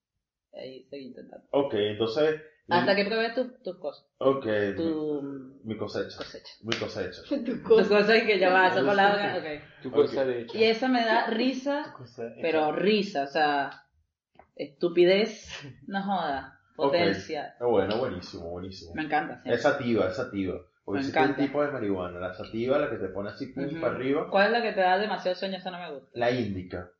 Speaker 2: ahí seguí intentando.
Speaker 1: Ok, entonces...
Speaker 2: Hasta que probé tu- tus cosas,
Speaker 1: Ok,
Speaker 2: tu
Speaker 1: mi cosecha,
Speaker 2: cosecha.
Speaker 1: mi cosecha.
Speaker 3: Tu
Speaker 2: Tus
Speaker 3: cosa.
Speaker 2: Pues cosas que ya va, esa palabra, ok.
Speaker 4: Tu
Speaker 1: Ok.
Speaker 4: cosa de hecho.
Speaker 2: Y eso me da
Speaker 4: Tu
Speaker 2: risa,
Speaker 4: cosa hecha.
Speaker 2: pero risa, o sea, estupidez, no joda, potencia.
Speaker 1: Ah, Bueno, buenísimo, buenísimo.
Speaker 2: Me encanta, sí.
Speaker 1: Es sativa, es sativa. O existe un
Speaker 2: encanta.
Speaker 1: tipo de marihuana, la sativa, la que te pone así pum,
Speaker 2: Ujú.
Speaker 1: para arriba.
Speaker 2: ¿Cuál es la que te da demasiado sueño? Esa no me gusta.
Speaker 1: La índica.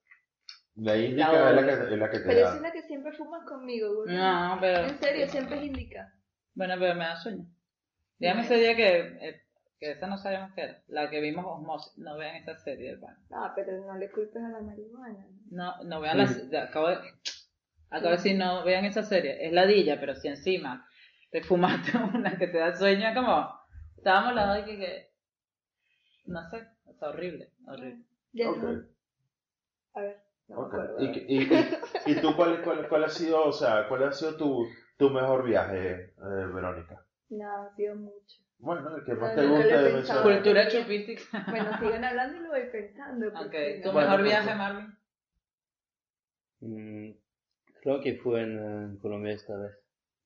Speaker 1: La índica
Speaker 2: La
Speaker 1: es, la
Speaker 2: odio.
Speaker 1: que, es la que te
Speaker 3: Pero esa
Speaker 1: da.
Speaker 3: es la que siempre fumas conmigo, güey.
Speaker 2: No, pero.
Speaker 3: En serio, siempre es indica.
Speaker 2: Bueno, pero me da sueño. Dígame ese día que, eh, que esa no sabíamos qué era. La que vimos Osmosis. No vean esa serie, hermano.
Speaker 3: Ah, pero no le culpes a la marihuana.
Speaker 2: No, no vean las. ya, Acabo de, acabo de decir, no vean esa serie. Es ladilla, pero si encima te fumaste una que te da sueño, es como. Estábamos las dos y que. que- no sé, es horrible, horrible.
Speaker 3: Ya
Speaker 1: Ok,
Speaker 3: no. A ver, no
Speaker 1: ok.
Speaker 3: me acuerdo.
Speaker 1: ¿Y, qué- y- y- y tú cuál, cuál, cuál ha sido, o sea, cuál ha sido tu, tu mejor viaje, eh, Verónica?
Speaker 3: No, ha sido mucho.
Speaker 1: Bueno, el que
Speaker 3: No,
Speaker 1: más te
Speaker 3: Ah, nunca
Speaker 1: gusta
Speaker 3: lo he
Speaker 1: de Venezuela.
Speaker 3: pensado. Cultu-
Speaker 2: Cultura chupística.
Speaker 3: Bueno, sigan hablando y lo voy pensando.
Speaker 2: Ok,
Speaker 3: porque
Speaker 2: tu
Speaker 3: no-
Speaker 1: Bueno,
Speaker 2: mejor
Speaker 1: pues,
Speaker 2: viaje,
Speaker 1: sí.
Speaker 2: Marvin.
Speaker 4: Mm, creo que fue en, eh, en Colombia esta vez.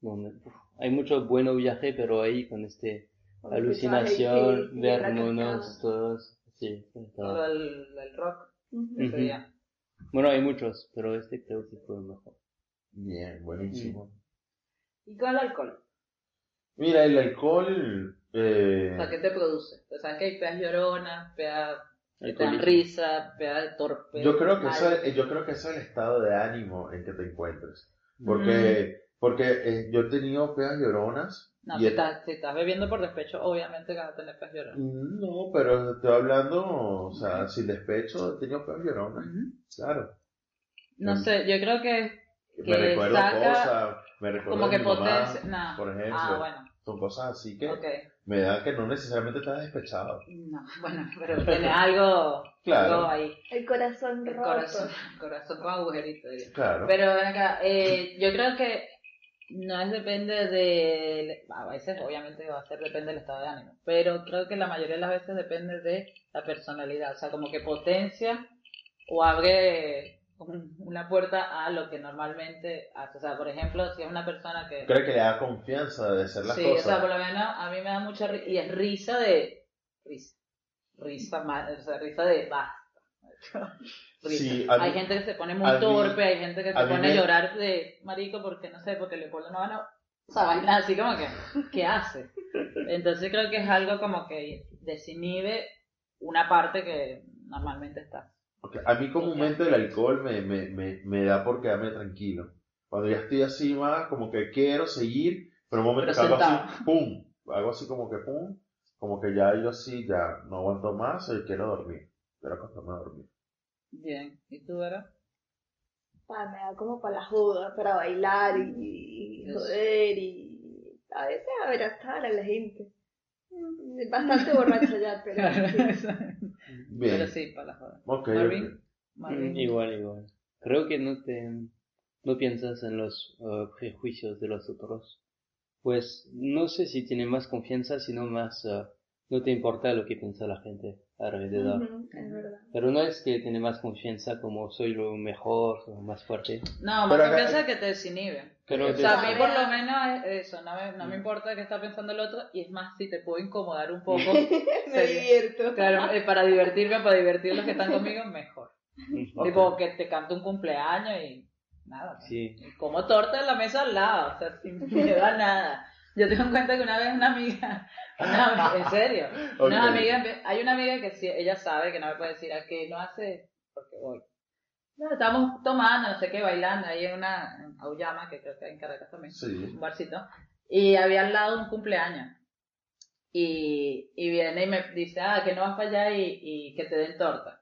Speaker 4: Donde, uf, hay mucho bueno viaje, pero ahí con este
Speaker 3: porque
Speaker 4: alucinación,
Speaker 3: tú vas a ir y- y en la
Speaker 4: vernos
Speaker 3: cascada.
Speaker 4: todos. Sí,
Speaker 2: Lo
Speaker 4: estaba-
Speaker 2: del, del rock.
Speaker 3: Ujú.
Speaker 2: Ese
Speaker 4: Ujú.
Speaker 2: día.
Speaker 4: Bueno, hay muchos, pero este creo que fue el mejor.
Speaker 1: Bien, buenísimo.
Speaker 2: ¿Y con el alcohol?
Speaker 1: Mira, el alcohol. eh,
Speaker 2: O sea, ¿qué te produce? O sea, que hay pedas lloronas, pedas que te dan
Speaker 4: Alcoholismo.
Speaker 2: risa, pedas torpes.
Speaker 1: yo creo que
Speaker 2: mal.
Speaker 1: eso, es- yo creo que eso es el estado de ánimo en que te encuentres. Porque, porque eh, yo he tenido pedas lloronas.
Speaker 2: Mm. No,
Speaker 1: y
Speaker 2: si
Speaker 1: he-
Speaker 2: estás, si estás bebiendo por despecho, obviamente que vas a tener pedas lloronas.
Speaker 1: No, pero estoy hablando, o sea, sin despecho, he tenido pedas lloronas,
Speaker 2: Ujú.
Speaker 1: claro.
Speaker 2: No
Speaker 1: Mm.
Speaker 2: sé, yo creo que
Speaker 1: Me
Speaker 2: Que
Speaker 1: recuerdo
Speaker 2: saca
Speaker 1: cosas, me recuerdo
Speaker 2: como
Speaker 1: a
Speaker 2: que
Speaker 1: mi mamá,
Speaker 2: potencia. nah.
Speaker 1: por ejemplo.
Speaker 2: Ah, bueno,
Speaker 1: Son cosas así que
Speaker 2: ok.
Speaker 1: me da que no necesariamente estás despechado.
Speaker 2: No, bueno, pero tiene algo,
Speaker 1: Claro.
Speaker 2: algo ahí.
Speaker 3: El corazón
Speaker 2: El
Speaker 3: roto.
Speaker 2: corazón, el corazón con agujerito, diría.
Speaker 1: Claro.
Speaker 2: Pero ven acá, eh, yo creo que no es depende de... A veces obviamente va a ser depende del estado de ánimo, pero creo que la mayoría de las veces depende de la personalidad, o sea, como que potencia o abre un- una puerta a lo que normalmente hace. O sea, por ejemplo, si es una persona que...
Speaker 1: Creo que le da confianza de hacer las
Speaker 2: Sí, o
Speaker 1: cosas.
Speaker 2: sea, por lo menos a mí me da mucha risa, y es risa de... Risa. Risa, ma- o sea, risa de... Basta. Risa.
Speaker 1: Sí, a mí-
Speaker 2: hay gente que se pone
Speaker 1: a
Speaker 2: muy
Speaker 1: mí-
Speaker 2: torpe, hay gente que se
Speaker 1: a mí
Speaker 2: pone a
Speaker 1: me-
Speaker 2: llorar de marico porque no sé, porque Leopoldo no ganó. O sea, vaina así como que, ¿qué hace? Entonces creo que es algo como que desinhibe una parte que normalmente está.
Speaker 1: Porque a mí comúnmente el alcohol me, me, me, me da por quedarme tranquilo. Cuando ya estoy así más, como que quiero seguir, pero un momento que
Speaker 2: Pero
Speaker 1: hago así, pum, hago así como que pum, como que ya yo así, ya no aguanto más y quiero dormir. Quiero acostarme a dormir.
Speaker 2: Bien, ¿y tú, Vera?
Speaker 3: Pa, me da como para la joda, para bailar y, y
Speaker 2: Eso.
Speaker 3: joder y a veces abrazar a la gente. Mm, Bastante borracha ya, pero sí.
Speaker 1: Bien.
Speaker 2: Pero sí, para la joda.
Speaker 1: Ok,
Speaker 2: Marvin.
Speaker 1: ok.
Speaker 2: Marvin.
Speaker 4: Mm, Igual, igual. Creo que no te, no piensas en los eh, prejuicios de los otros. Pues no sé si tiene más confianza, sino más, eh, no te importa lo que piensa la gente alrededor.
Speaker 3: Ujú, es verdad.
Speaker 4: Pero no es que tiene más confianza como soy lo mejor o más fuerte.
Speaker 2: No, más
Speaker 1: Pero acá-
Speaker 2: confianza que te desinhibe.
Speaker 4: Pero
Speaker 1: O
Speaker 2: O sea, a mí
Speaker 4: desde-
Speaker 2: por lo menos es eso, no me, no me
Speaker 1: Mm.
Speaker 2: importa qué está pensando el otro, y es más, si te puedo incomodar un poco,
Speaker 3: Me
Speaker 2: Sí.
Speaker 3: divierto.
Speaker 2: claro, eh, para divertirme, para divertir los que están conmigo, mejor.
Speaker 1: Ok.
Speaker 2: Tipo, que te canto un cumpleaños y nada. ¿no?
Speaker 4: Sí.
Speaker 2: Y como torta en la mesa al lado, o sea, sin miedo a nada. Yo tengo en cuenta que una vez una amiga, una- en serio,
Speaker 1: Ok.
Speaker 2: una amiga, empe- hay una amiga que sí, ella sabe que no me puede decir a qué no hace, porque voy. No, estamos tomando, no sé qué, bailando ahí en una, en Auyama, que creo que hay en Caracas también
Speaker 1: Sí.
Speaker 2: un barcito, y había al lado un cumpleaños. Y, y viene y me dice, ah, que no vas para allá y, y que te den torta.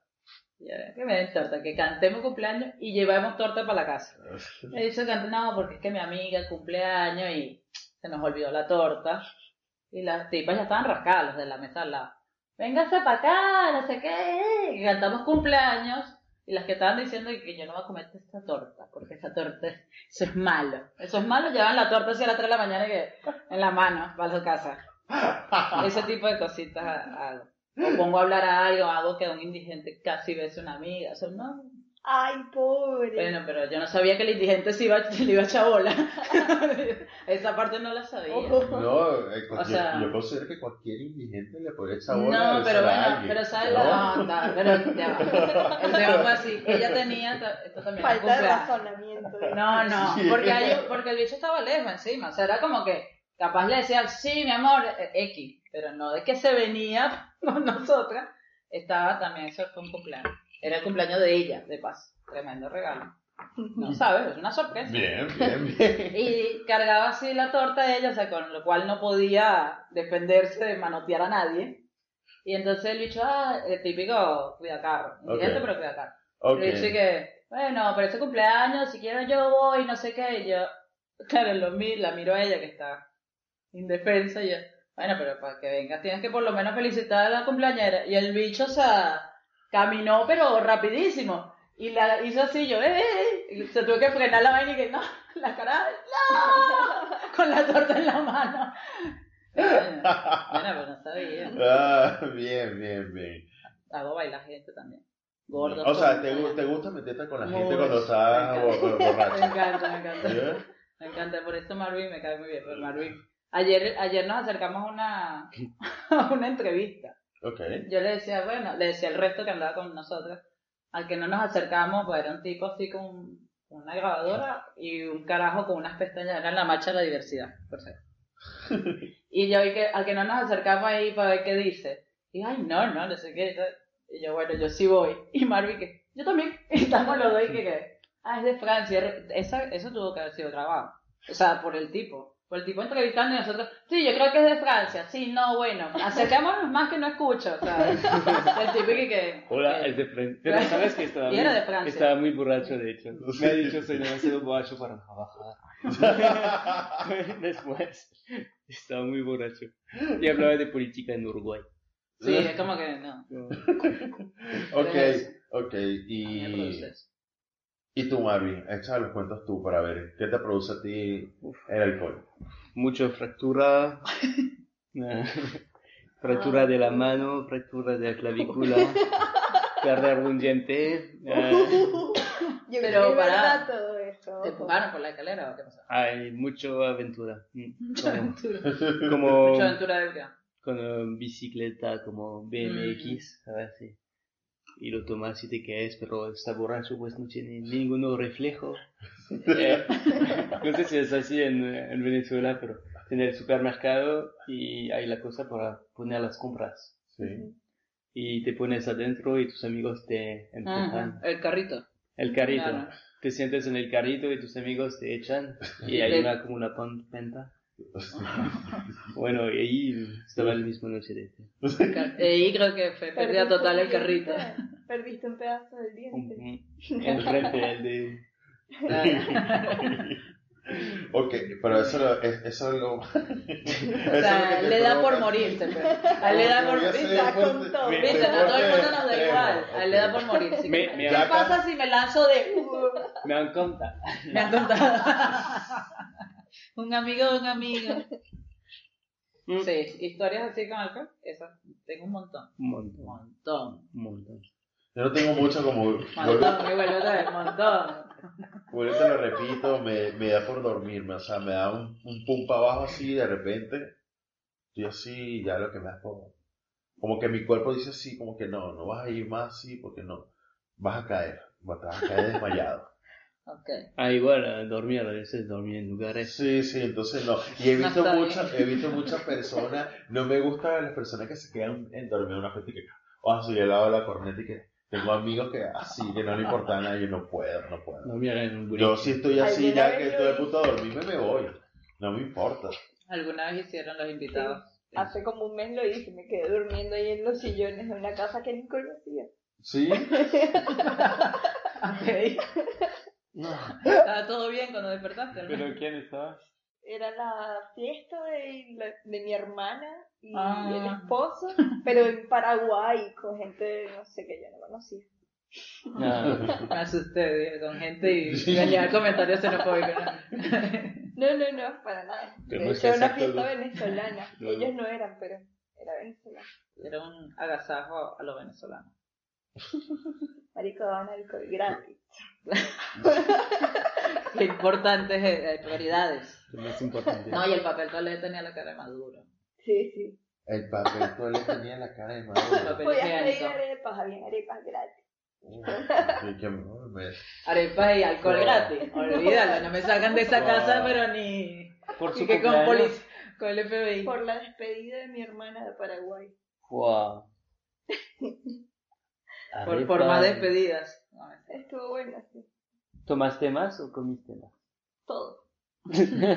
Speaker 2: Y yo, que me den torta, que cantemos cumpleaños y llevemos torta para la casa. Me dice, canta, no, porque es que mi amiga cumpleaños y se nos olvidó la torta. Y las tipas ya estaban rascadas, los de la mesa al lado. Véngase para acá, no sé qué. Y cantamos cumpleaños. Y las que estaban diciendo que yo no voy a comer esta torta, porque esta torta, es- eso es malo. Eso es malo, llevan la torta así a las 3 de la mañana que, en la mano para su casa. Ese tipo de cositas hago. O pongo a hablar a algo, hago que un indigente casi bese a una amiga. Eso no,
Speaker 3: Ay, pobre.
Speaker 2: bueno, pero yo no sabía que el indigente se iba, se le iba a echar bola. Esa parte no la sabía.
Speaker 3: Ojo.
Speaker 1: No, eh,
Speaker 2: O
Speaker 1: yo,
Speaker 2: sea-
Speaker 1: yo considero que cualquier indigente le puede echar bola
Speaker 2: No,
Speaker 1: a besar
Speaker 2: pero
Speaker 1: a
Speaker 2: bueno,
Speaker 1: alguien,
Speaker 2: pero sabes
Speaker 1: ¿no?
Speaker 2: la onda, pero ya va. El tema fue así, ella tenía, ta- esto también era
Speaker 3: Falta de
Speaker 2: cumpleaños.
Speaker 3: razonamiento.
Speaker 2: No, no,
Speaker 1: Sí.
Speaker 2: porque, hay- porque el bicho estaba lejos encima, o sea, era como que Capaz le decían, sí, mi amor, eh, X, pero no de que se venía con nosotras. Estaba también, eso fue un cumpleaños. Era el cumpleaños de ella, de paso. Tremendo regalo. No sabes, es una sorpresa.
Speaker 1: Bien, bien, bien.
Speaker 2: Y cargaba así la torta de ella, o sea, con lo cual no podía defenderse de manotear a nadie. Y entonces el bicho, ah, el típico cuidacarro.
Speaker 1: Ok.
Speaker 2: Indirecto, pero cuidacarro.
Speaker 1: Ok.
Speaker 2: Y dice que, bueno, pero ese cumpleaños, si quiero yo voy, no sé qué. Y yo, claro, lo mi- la miro a ella que está indefensa. Y yo, bueno, pero para que venga tienes que por lo menos felicitar a la cumpleañera. Y el bicho, o sea, caminó, pero rapidísimo. Y la hizo así, yo, eh, eh, eh", y se tuvo que frenar la vaina y que no, la cara, no, con la torta en la mano. Bueno, bueno, pero no sabía.
Speaker 1: Ah, bien, bien, bien.
Speaker 2: Hago bailar gente también. Gordo.
Speaker 1: o sea, te, gu- te gusta meterte con la
Speaker 2: Muy
Speaker 1: gente
Speaker 2: bueno.
Speaker 1: cuando estás
Speaker 2: Me
Speaker 1: bo-
Speaker 2: Me
Speaker 1: borracho.
Speaker 2: encanta, me encanta.
Speaker 1: ¿Eh?
Speaker 2: Me encanta, por eso Marvin me cae muy bien. pero Marvin. Ayer, ayer nos acercamos a una, a una entrevista.
Speaker 1: Ok.
Speaker 2: Yo le decía, bueno, le decía al resto que andaba con nosotros, al que no nos acercamos, pues era un tipo así con un- con una grabadora y un carajo con unas pestañas, era la marcha de la diversidad, por cierto. Y yo vi que al que no nos acercamos ahí para ver qué dice. Y ay, no, no, no sé qué. tal. Y yo, bueno, yo sí voy. Y Marvin que, yo también. Y estamos los dos y que, que, ah, es de Francia. Esa, eso tuvo que haber sido grabado. O sea, por el tipo. Por el tipo entrevistando y nosotros, sí, yo creo que es de Francia. Sí, no, bueno. Acercémonos más que no escucho. O sea, el tipo que... que
Speaker 4: Hola,
Speaker 2: que-
Speaker 4: es de Francia. Pero sabes que
Speaker 2: Eh,
Speaker 4: estaba,
Speaker 2: Y
Speaker 4: muy,
Speaker 2: era de Francia.
Speaker 4: estaba muy borracho, de hecho.
Speaker 1: Sí.
Speaker 4: Me ha dicho, soy demasiado borracho para trabajar. Después, estaba muy borracho. Y hablaba de política en Uruguay.
Speaker 2: Sí, es como que no.
Speaker 1: Ok,
Speaker 2: Eso.
Speaker 1: ok.
Speaker 2: A mí me
Speaker 1: Y,
Speaker 2: produce eso.
Speaker 1: y tú, Marvin, echa los cuentos tú para ver qué te produce a ti el alcohol.
Speaker 4: Mucho fractura. eh, fractura de la mano, fractura de la clavícula. Perder un diente. eh,
Speaker 2: Pero
Speaker 3: Yo creo que es
Speaker 2: para-
Speaker 3: verdad todo eso.
Speaker 2: ¿Te
Speaker 3: ojo.
Speaker 2: empujaron por la escalera o qué pasó?
Speaker 4: hay mucho aventura. Mm, como-
Speaker 2: Mucha
Speaker 4: Como
Speaker 2: aventura de vida.
Speaker 4: con eh, bicicleta como BMX, a ver si. Y lo tomas y te caes, pero está borracho, pues no tiene ningún reflejo. Eh, no sé si es así en, eh, en Venezuela, pero tiene el supermercado y hay la cosa para poner las compras.
Speaker 1: Sí.
Speaker 4: Y te pones adentro y tus amigos te empujan.
Speaker 2: Ajá, Ah, El carrito.
Speaker 4: El carrito.
Speaker 2: Claro.
Speaker 4: Te sientes en el carrito y tus amigos te echan y hay
Speaker 2: Te-
Speaker 4: una como una pan- penta. Bueno, y ahí estaba el mismo noche de
Speaker 2: Eh, y creo que fue pérdida
Speaker 3: Perdiste
Speaker 2: total
Speaker 3: un
Speaker 2: el carrito.
Speaker 3: diente. eh. Perdiste un pedazo del diente.
Speaker 4: Enfrente del de.
Speaker 1: Ok, pero eso, lo- es- eso es lo. eso
Speaker 2: O sea,
Speaker 1: es lo que te
Speaker 2: le da por
Speaker 1: provoca.
Speaker 2: morirse, pues. A él le da por
Speaker 1: Voy a hacer
Speaker 2: morirse.
Speaker 3: con
Speaker 1: deporte-
Speaker 3: todo.
Speaker 1: deporte
Speaker 2: Viste, a todo el mundo nos da
Speaker 1: extremo.
Speaker 2: igual. A él le da por
Speaker 1: Ok.
Speaker 2: morirse.
Speaker 4: Me-
Speaker 2: ¿Qué
Speaker 4: me
Speaker 1: acá-
Speaker 2: pasa si me lanzo de.?
Speaker 4: Me han contado.
Speaker 2: Me han contado. un amigo de un amigo.
Speaker 4: Mm.
Speaker 2: Sí, historias así con alcohol. Esas, tengo un montón.
Speaker 4: Un montón,
Speaker 2: Montón.
Speaker 4: un montón.
Speaker 1: Yo no tengo mucho como.
Speaker 2: Montón, que vuelvo otra vez. Montón.
Speaker 1: Por eso lo repito, me, me da por dormirme, o sea, me da un, un pum pa' abajo así de repente. Yo así, ya lo que me da es como. Como que mi cuerpo dice así, como que no, no vas a ir más así porque no. Vas a caer, va- te vas a caer desmayado.
Speaker 2: Ok.
Speaker 4: Ah, igual, eh, dormir, a veces dormir en lugares.
Speaker 1: Sí, sí, entonces no. Y he
Speaker 2: No
Speaker 1: visto
Speaker 2: está bien.
Speaker 1: muchas, he visto muchas personas, no me gustan las personas que se quedan en dormir en una fiesta y que, o así al lado de la corneta y que tengo amigos que así, que no le importa nada, yo no puedo, no puedo.
Speaker 4: Dormir en un
Speaker 1: Yo
Speaker 4: boliche.
Speaker 1: si estoy así, ya
Speaker 3: ¿Alguna vez
Speaker 1: que
Speaker 3: lo
Speaker 1: estoy a
Speaker 3: hice?
Speaker 1: punto de dormirme, me voy. No me importa.
Speaker 2: Alguna vez hicieron los invitados.
Speaker 3: Hace como un mes lo hice, me quedé durmiendo ahí en los sillones de una casa que ni conocía.
Speaker 1: ¿Sí?
Speaker 2: Ok.
Speaker 4: No.
Speaker 2: ¿Estaba todo bien cuando despertaste? ¿no?
Speaker 4: ¿Pero quién estaba?
Speaker 3: Era la fiesta de, la- de mi hermana y
Speaker 2: Ah.
Speaker 3: el esposo, pero en Paraguay, con gente, no sé, que yo no conocía.
Speaker 4: Ah,
Speaker 2: Me asusté dije, con gente y venía comentarios xenofóbicos. ¿no?
Speaker 3: No, no, no, para nada. De
Speaker 4: Te
Speaker 3: hecho,
Speaker 4: muestras
Speaker 3: era una
Speaker 4: acto
Speaker 3: fiesta
Speaker 4: de-
Speaker 3: venezolana.
Speaker 4: Luego.
Speaker 3: Ellos no eran, pero era venezolana.
Speaker 2: Era un agasajo a los venezolanos.
Speaker 3: Marico, daban alcohol gratis.
Speaker 2: Qué importantes eh, prioridades.
Speaker 4: lo más importante.
Speaker 2: No, y el papel toalé tenía la cara de maduro.
Speaker 3: Sí, sí.
Speaker 1: El papel toalé tenía la cara de
Speaker 2: El
Speaker 1: maduro.
Speaker 2: papel
Speaker 3: Podías pedir
Speaker 2: higiénico.
Speaker 3: arepas, había arepas gratis.
Speaker 1: Uy, qué amor, me-
Speaker 2: Arepas y alcohol
Speaker 1: No.
Speaker 2: gratis. Olvídalo, no me sacan de esa
Speaker 4: No.
Speaker 2: casa, pero ni.
Speaker 4: Por
Speaker 2: ni
Speaker 4: su
Speaker 2: que con
Speaker 4: cumpleaños,
Speaker 2: polic- con el FBI.
Speaker 3: por la despedida de mi hermana de Paraguay.
Speaker 4: Wow.
Speaker 2: Por, por más despedidas. No,
Speaker 3: Estuvo bueno, sí.
Speaker 4: ¿Tomaste más o comiste más?
Speaker 3: Todo.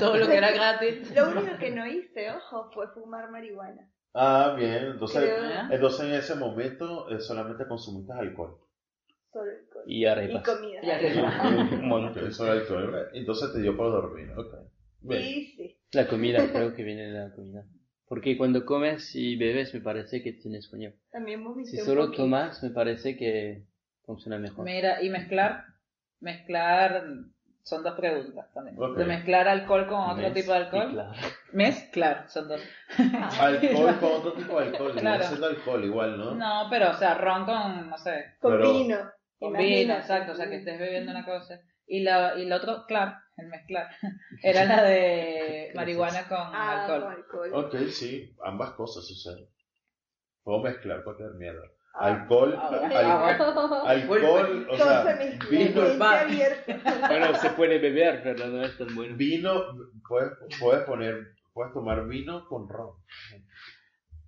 Speaker 2: Todo lo que era gratis.
Speaker 3: Lo único que no hice, ojo, fue fumar marihuana.
Speaker 1: Ah, bien. Entonces,
Speaker 3: Creo
Speaker 2: ¿eh?
Speaker 1: entonces en ese momento eh, solamente consumiste alcohol.
Speaker 3: Solo alcohol.
Speaker 4: Y arepas.
Speaker 3: Y comida.
Speaker 2: Y arepas.
Speaker 4: Un montón.
Speaker 1: Eso era alcohol. Entonces te dio para dormir. Ok. Bien.
Speaker 3: Sí, sí.
Speaker 4: La comida, creo que viene de la comida. Porque cuando comes y bebes me parece que tienes sueño.
Speaker 3: También hemos visto
Speaker 4: Si
Speaker 3: un
Speaker 4: solo
Speaker 3: poquito.
Speaker 4: tomas me parece que funciona mejor.
Speaker 2: Mira, y mezclar. Mezclar. Son dos preguntas también.
Speaker 1: Ok.
Speaker 2: De mezclar alcohol con otro
Speaker 4: Mes
Speaker 2: tipo de
Speaker 4: y
Speaker 2: alcohol.
Speaker 4: claro.
Speaker 2: Mezclar, son dos.
Speaker 1: Alcohol con otro tipo de alcohol. Viene
Speaker 2: Claro.
Speaker 1: siendo alcohol igual, ¿no?
Speaker 2: No, pero, o sea, ron con, no sé,
Speaker 3: Con
Speaker 1: Pero-
Speaker 3: vino.
Speaker 2: con
Speaker 3: imagínate.
Speaker 2: vino, exacto, o sea, que estés bebiendo una cosa. Y la, y la otro, claro, el mezclar, era la de marihuana con
Speaker 3: Ah, con
Speaker 2: alcohol.
Speaker 3: alcohol.
Speaker 1: Ok, sí. Ambas cosas suceden. Puedo mezclar cualquier mierda.
Speaker 3: Ah.
Speaker 1: Alcohol,
Speaker 2: Ah,
Speaker 1: al-
Speaker 2: ah, bueno.
Speaker 1: alcohol, o sea,
Speaker 3: Entonces, mi
Speaker 1: vino,
Speaker 3: mente
Speaker 2: Va.
Speaker 3: abierta.
Speaker 4: Bueno, se puede beber, pero no es tan bueno.
Speaker 1: vino, puedes, puedes poner, puedes tomar vino con ron.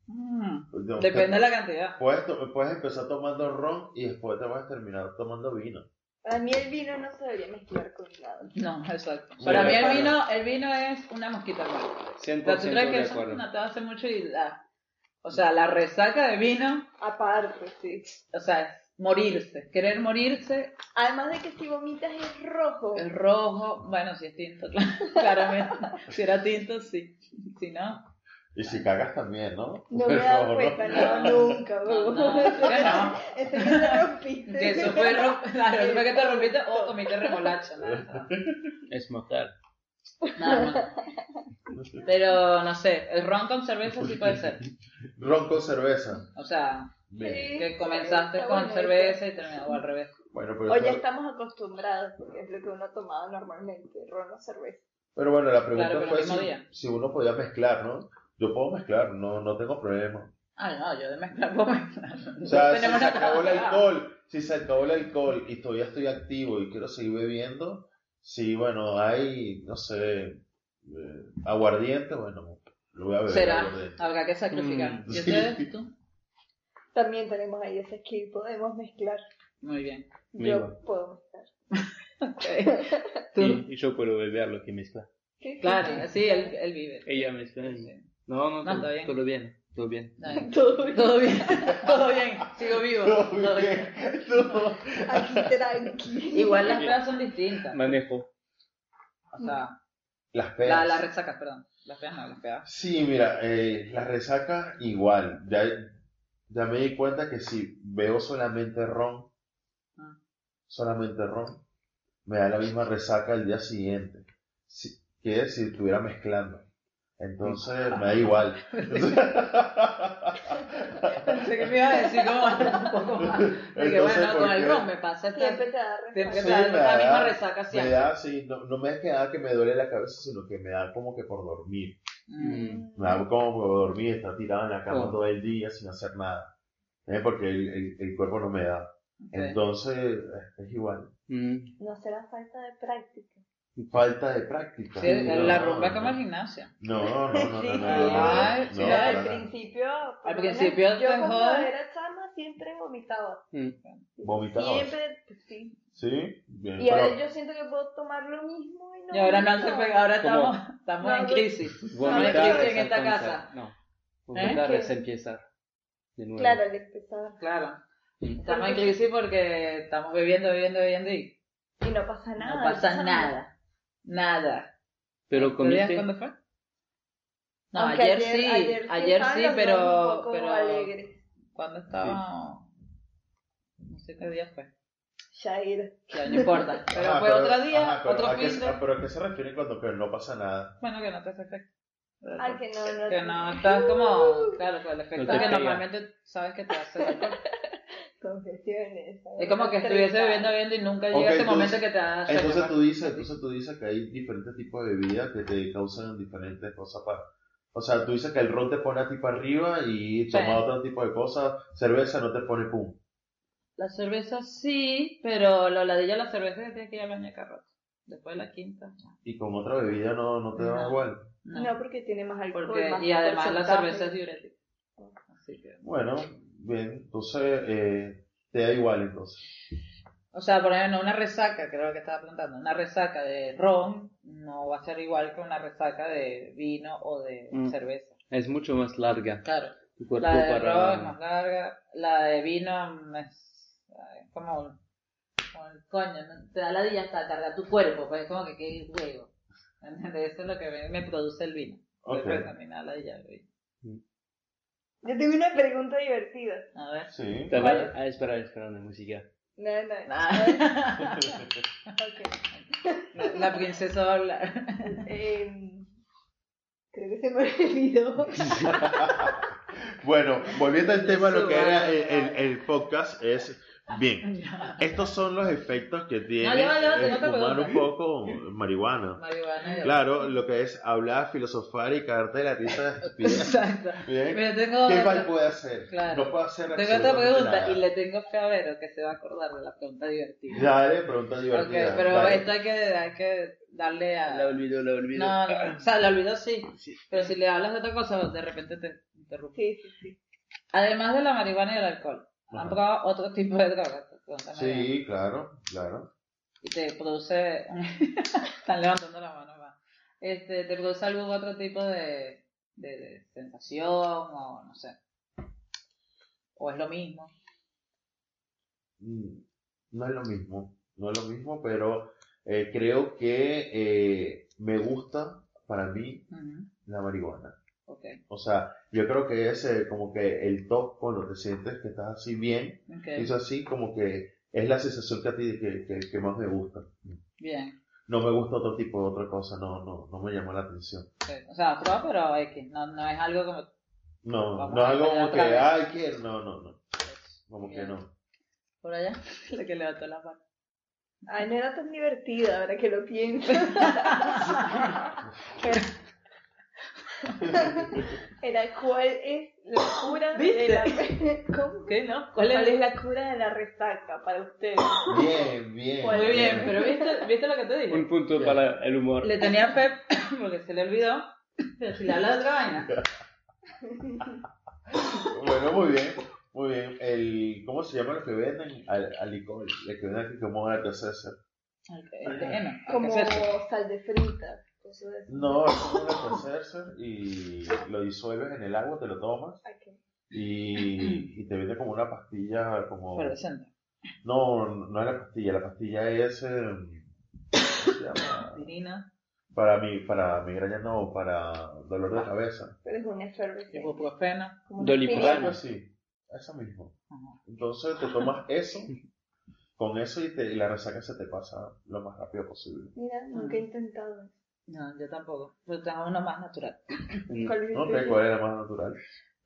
Speaker 2: Mm,
Speaker 1: No,
Speaker 2: Depende
Speaker 1: te-
Speaker 2: de la cantidad.
Speaker 1: Puedes, to- puedes empezar tomando ron y después te vas a terminar tomando vino.
Speaker 3: Para mí el vino no se debería mezclar con nada.
Speaker 2: No, exacto.
Speaker 1: Sí,
Speaker 2: Para mí el
Speaker 1: claro.
Speaker 2: vino, el vino es una mosquita más. O
Speaker 4: 100%
Speaker 2: sea, tú crees que
Speaker 4: de
Speaker 2: eso
Speaker 4: acuerdo.
Speaker 2: no te hace mucho y la, o sea, la resaca de vino,
Speaker 3: Aparte, sí.
Speaker 2: o sea, es morirse. Querer morirse,
Speaker 3: Además de que si vomitas es rojo.
Speaker 2: el rojo, bueno, si es tinto, claro, claramente. Si era tinto, sí. Si no,
Speaker 1: Y si cagas también, ¿no?
Speaker 3: No me he dado cuenta, no, nunca,
Speaker 2: no,
Speaker 3: huevo.
Speaker 2: no, no.
Speaker 3: Ese que te rompiste.
Speaker 2: Que eso fue, rom- claro, eso fue que te rompiste o comiste remolacha. nada,
Speaker 4: Es mortal.
Speaker 2: nada más. Pero no sé, el ron con cerveza sí puede ser.
Speaker 1: Ron con cerveza.
Speaker 2: O sea,
Speaker 1: Bien.
Speaker 3: Sí.
Speaker 2: que comenzaste
Speaker 3: Está
Speaker 2: con
Speaker 3: bueno,
Speaker 2: cerveza y terminaste o al revés.
Speaker 1: Bueno, pero,
Speaker 3: Hoy ya estamos acostumbrados, porque es lo que uno tomaba normalmente, ron o cerveza.
Speaker 1: pero bueno, la pregunta
Speaker 2: Claro, pero
Speaker 1: fue
Speaker 2: el mismo
Speaker 1: si,
Speaker 2: día.
Speaker 1: si uno podía mezclar, ¿no? Yo puedo mezclar, no, no tengo problema.
Speaker 2: Ah, no, yo de mezclar puedo mezclar.
Speaker 1: O sea, si
Speaker 2: Tenemos
Speaker 1: se
Speaker 2: la-
Speaker 1: acabó el alcohol, si se acabó el alcohol y todavía estoy activo y quiero seguir bebiendo, si, bueno, hay, no sé, eh, aguardiente, bueno, lo voy a beber.
Speaker 2: Será,
Speaker 1: aguardiente.
Speaker 2: habrá que sacrificar.
Speaker 1: Mm,
Speaker 2: ¿Y
Speaker 1: sí.
Speaker 2: ustedes? ¿Tú?
Speaker 3: También tenemos ahí ese que podemos mezclar.
Speaker 2: Muy bien.
Speaker 4: Amigo.
Speaker 3: Yo puedo mezclar.
Speaker 2: Ok. ¿Tú?
Speaker 4: Y, y yo puedo beber lo que mezcla.
Speaker 3: Sí, sí,
Speaker 2: Claro, sí, él, él vive.
Speaker 4: Ella mezcla. y-
Speaker 2: Sí.
Speaker 4: No, no,
Speaker 2: No,
Speaker 4: todo,
Speaker 2: está bien.
Speaker 4: todo bien. Todo bien.
Speaker 2: Está
Speaker 3: sí.
Speaker 2: bien.
Speaker 3: Todo bien.
Speaker 2: Todo bien, todo bien, sigo vivo. Todo bien.
Speaker 3: Aquí tranqui.
Speaker 2: Igual las pedas son distintas.
Speaker 4: Manejo.
Speaker 2: O sea,
Speaker 1: Las
Speaker 2: La,
Speaker 1: pedas.
Speaker 2: las resacas, perdón. Las pedas no, las pedas.
Speaker 1: Sí, mira, eh, la resaca igual. Ya, ya me di cuenta que si veo solamente ron,
Speaker 2: Ah.
Speaker 1: solamente ron, me da la misma resaca el día siguiente. Si, que si estuviera mezclando. Entonces me da igual.
Speaker 2: Pensé que me iba a decir como un poco más. De que
Speaker 1: Entonces,
Speaker 2: bueno,
Speaker 1: ¿por
Speaker 2: con el
Speaker 1: qué?
Speaker 2: ron me pasa esta.
Speaker 3: Siempre te da
Speaker 2: Siempre
Speaker 3: resaca.
Speaker 1: Sí,
Speaker 2: te da
Speaker 1: me
Speaker 2: la
Speaker 1: da-
Speaker 2: misma resaca
Speaker 1: Me
Speaker 2: siempre.
Speaker 1: da, sí, no, no me es que da que me duele la cabeza, sino que me da como que por dormir.
Speaker 2: Mm.
Speaker 1: Me da como por dormir, estar tirado en la cama
Speaker 4: Oh.
Speaker 1: todo el día sin hacer nada. ¿Eh? Porque el, el- el cuerpo no me da. Entonces, es igual.
Speaker 4: Mm.
Speaker 3: No será falta de práctica.
Speaker 1: Falta de práctica.
Speaker 2: Sí, la- la
Speaker 1: No,
Speaker 2: rumba es
Speaker 1: no.
Speaker 2: como el gimnasio.
Speaker 1: No, no, no, no, no, no,
Speaker 3: Sí,
Speaker 1: no, no, no,
Speaker 2: ay,
Speaker 1: no,
Speaker 2: sí,
Speaker 1: no,
Speaker 3: Mira,
Speaker 2: ay,
Speaker 1: no,
Speaker 3: al
Speaker 1: no.
Speaker 3: principio. por
Speaker 2: Al
Speaker 3: lo
Speaker 2: principio
Speaker 3: menos, yo
Speaker 2: te
Speaker 3: cuando
Speaker 2: jode.
Speaker 3: era chama siempre vomitaba.
Speaker 4: Mm.
Speaker 1: Vomitabas.
Speaker 3: Siempre, pues sí.
Speaker 1: Sí, bien.
Speaker 3: Y ahora
Speaker 1: pero-
Speaker 3: yo siento que puedo tomar lo mismo y no.
Speaker 2: Y ahora no pues- se
Speaker 3: vomitar.
Speaker 2: pega, ahora
Speaker 4: ¿Cómo?
Speaker 2: estamos, estamos
Speaker 3: No,
Speaker 2: en
Speaker 3: no.
Speaker 2: crisis.
Speaker 4: Vomitar
Speaker 2: No,
Speaker 4: es
Speaker 2: en esta
Speaker 4: alcanzar.
Speaker 2: casa.
Speaker 4: No. Vomitar
Speaker 3: ¿Eh?
Speaker 4: es empezar. De nuevo.
Speaker 3: Claro, al empezar.
Speaker 2: Claro.
Speaker 4: Mm.
Speaker 2: Estamos en crisis porque estamos bebiendo, bebiendo, bebiendo y
Speaker 3: Y no pasa nada.
Speaker 2: no pasa
Speaker 3: chama.
Speaker 2: nada. Nada.
Speaker 4: Pero este
Speaker 2: ¿Sabías
Speaker 4: comiste.
Speaker 2: cuándo fue? No,
Speaker 3: Aunque
Speaker 2: ayer, sí, ayer, sí,
Speaker 3: estaban los dos un
Speaker 2: pero,
Speaker 3: poco
Speaker 2: pero
Speaker 3: alegres.
Speaker 2: cuando estaba, no sé qué día fue.
Speaker 3: Ya era.
Speaker 2: Ya, no importa. Pero
Speaker 1: Ajá,
Speaker 2: fue otro día,
Speaker 1: ajá, pero
Speaker 2: otro
Speaker 1: ¿a qué
Speaker 2: fin
Speaker 1: se-
Speaker 2: de...
Speaker 1: ah, pero ¿a qué se refiere cuando que no pasa nada?
Speaker 2: Bueno, que no te hace efecto.
Speaker 3: Ay, que no, no.
Speaker 2: Que no, estás como, claro, con el efecto
Speaker 4: te
Speaker 2: que
Speaker 4: pega.
Speaker 2: normalmente sabes que te hace. el alcohol.
Speaker 3: Confesiones.
Speaker 2: Es como que estuviese bebiendo, bebiendo y nunca llega
Speaker 1: Ok,
Speaker 2: ese
Speaker 1: entonces-
Speaker 2: momento que te hace.
Speaker 1: Entonces tú dices, entonces tú dices que hay diferentes tipos de bebidas que te causan diferentes cosas para... O sea, tú dices que el ron te pone a ti para arriba y toma
Speaker 2: Sí.
Speaker 1: otro tipo de cosas, cerveza no te pone pum.
Speaker 2: La cerveza sí, pero la ladilla la cerveza que tienes que ir al baño cada rato. Después de la quinta.
Speaker 1: Y con otra bebida no, no te da
Speaker 2: No.
Speaker 1: igual.
Speaker 3: No, porque tiene más alcohol.
Speaker 2: porque,
Speaker 3: más
Speaker 2: y además la
Speaker 3: porcentaje.
Speaker 2: cerveza es diurética. Así que...
Speaker 1: Bueno, bien, entonces eh, te da igual entonces.
Speaker 2: O sea, por ejemplo, una resaca, que era lo que estaba preguntando, una resaca de ron no va a ser igual que una resaca de vino o de
Speaker 4: Mm.
Speaker 2: cerveza.
Speaker 4: Es mucho más larga.
Speaker 2: Claro.
Speaker 4: Tu cuerpo
Speaker 2: La de
Speaker 4: para...
Speaker 2: ron es más larga, la de vino mm, es ay, como, como el coño, ¿no? te da la dilla hasta cargar tu cuerpo, pues es como que qué huevo. ¿Entendés? Eso es lo que me, me produce el vino.
Speaker 1: Ok.
Speaker 2: Después también a la dilla el vino.
Speaker 3: Yo tengo una pregunta divertida.
Speaker 2: A ver.
Speaker 1: Sí.
Speaker 4: Te va- Ah, espera, espera, la música.
Speaker 3: No, no, no.
Speaker 2: Ah.
Speaker 3: Ok.
Speaker 2: La- la princesa va a hablar.
Speaker 3: Em, creo que se me olvidó.
Speaker 1: Bueno, volviendo al tema, lo que era
Speaker 2: Suba,
Speaker 1: el, el- el podcast es. Bien, estos son los efectos que tiene
Speaker 2: ya, ya,
Speaker 1: el
Speaker 2: tengo otra
Speaker 1: fumar
Speaker 2: pregunta.
Speaker 1: un poco marihuana.
Speaker 2: Marihuana y-
Speaker 1: Claro, lo que es hablar, filosofar y cagarte de la risa. Bien.
Speaker 2: Exacto.
Speaker 1: bien.
Speaker 2: Pero tengo
Speaker 1: Eh, ¿Qué
Speaker 2: otra,
Speaker 1: mal puede hacer?
Speaker 2: Claro.
Speaker 1: No puede hacer
Speaker 2: tengo otra
Speaker 1: absolutamente
Speaker 2: pregunta
Speaker 1: nada.
Speaker 2: y le tengo fe a Vero que se va a acordar de la pregunta divertida.
Speaker 1: Dale, pregunta
Speaker 2: Ok,
Speaker 1: divertida.
Speaker 2: pero
Speaker 1: dale.
Speaker 2: esto hay que, hay que darle a...
Speaker 4: La olvidó, la olvidó.
Speaker 2: No, no, o sea, la olvidó sí,
Speaker 4: Sí.
Speaker 2: pero si le hablas de otra cosa, de repente te interrumpe.
Speaker 3: Sí, sí, sí.
Speaker 2: Además de la marihuana y el alcohol,
Speaker 1: Ajá.
Speaker 2: han probado otro tipo de drogas. Pregúntame ya.
Speaker 1: Sí, claro, claro.
Speaker 2: Y te produce... Están levantando la mano. va. Este, te produce algún otro tipo de, de, de sensación o no sé. O es lo mismo.
Speaker 1: Mm, No es lo mismo, no es lo mismo, pero eh, creo que eh, me gusta para mí
Speaker 2: Ujú,
Speaker 1: la marihuana.
Speaker 2: Ok,
Speaker 1: O sea, yo creo que es eh, como que el top cuando te sientes que estás así bien,
Speaker 2: ok,
Speaker 1: y eso así como que es la sensación que a ti que, que- que más me gusta.
Speaker 2: bien.
Speaker 1: No me gusta otro tipo de otra cosa, no, no, no me llamó la atención.
Speaker 2: ok. pues, O sea, pro, pero X, no, no es algo como...
Speaker 1: No,
Speaker 2: Vamos
Speaker 1: no
Speaker 2: a
Speaker 1: es algo como
Speaker 2: acompañar
Speaker 1: que,
Speaker 2: otra
Speaker 1: ay, que no, no, no, como que
Speaker 2: Bien.
Speaker 1: no.
Speaker 2: pues, Por allá, la que levantó la mano.
Speaker 3: Ay, no era tan divertida ahora que lo pienso. Era cuál es la cura de
Speaker 2: ¿Viste?
Speaker 3: la ¿Cómo?
Speaker 2: ¿Qué no? ¿Cuál
Speaker 3: ¿Cuál
Speaker 2: es
Speaker 3: es la cura de la resaca para ustedes?
Speaker 1: Bien, bien.
Speaker 3: Muy
Speaker 2: Muy Pues bien, pero ¿viste, ¿viste lo que te
Speaker 4: Un
Speaker 2: dije?
Speaker 4: punto
Speaker 1: Ya.
Speaker 4: para el humor.
Speaker 2: Le tenía fe porque se le olvidó, pero si le hablas de otra vaina.
Speaker 1: Bueno, muy bien, muy bien. El, ¿Cómo se llama lo que venden? Al, al licor, lo que venden aquí como una taza de cerveza.
Speaker 2: Ok, este, no,
Speaker 3: Como
Speaker 2: ¿qué es esto?
Speaker 3: sal de frita. cosas así.
Speaker 1: No, es como una taza de cerveza y lo disuelves en el agua, te lo tomas
Speaker 3: Ok.
Speaker 1: y, y te vende como una pastilla, como...
Speaker 2: Fluorescente.
Speaker 1: No, no es la pastilla, la pastilla es... eh, ¿Cómo se llama?
Speaker 2: Aspirina,
Speaker 1: Para, mi, para migraña no, para dolor de cabeza.
Speaker 3: Pero es una efervescencia.
Speaker 2: ibuprofeno.
Speaker 3: como una
Speaker 4: Doliprano.
Speaker 1: Algo
Speaker 3: aspirina.
Speaker 1: así, eso mismo.
Speaker 2: Ajá.
Speaker 1: Entonces te tomas eso, con eso y, te, y la resaca se te pasa lo más rápido posible.
Speaker 3: Mira, nunca he
Speaker 1: Mm.
Speaker 3: intentado.
Speaker 2: No, yo tampoco. Yo tengo uno más natural.
Speaker 3: ¿Cuál es el
Speaker 1: No
Speaker 3: tuyo?
Speaker 1: sé cuál era más natural.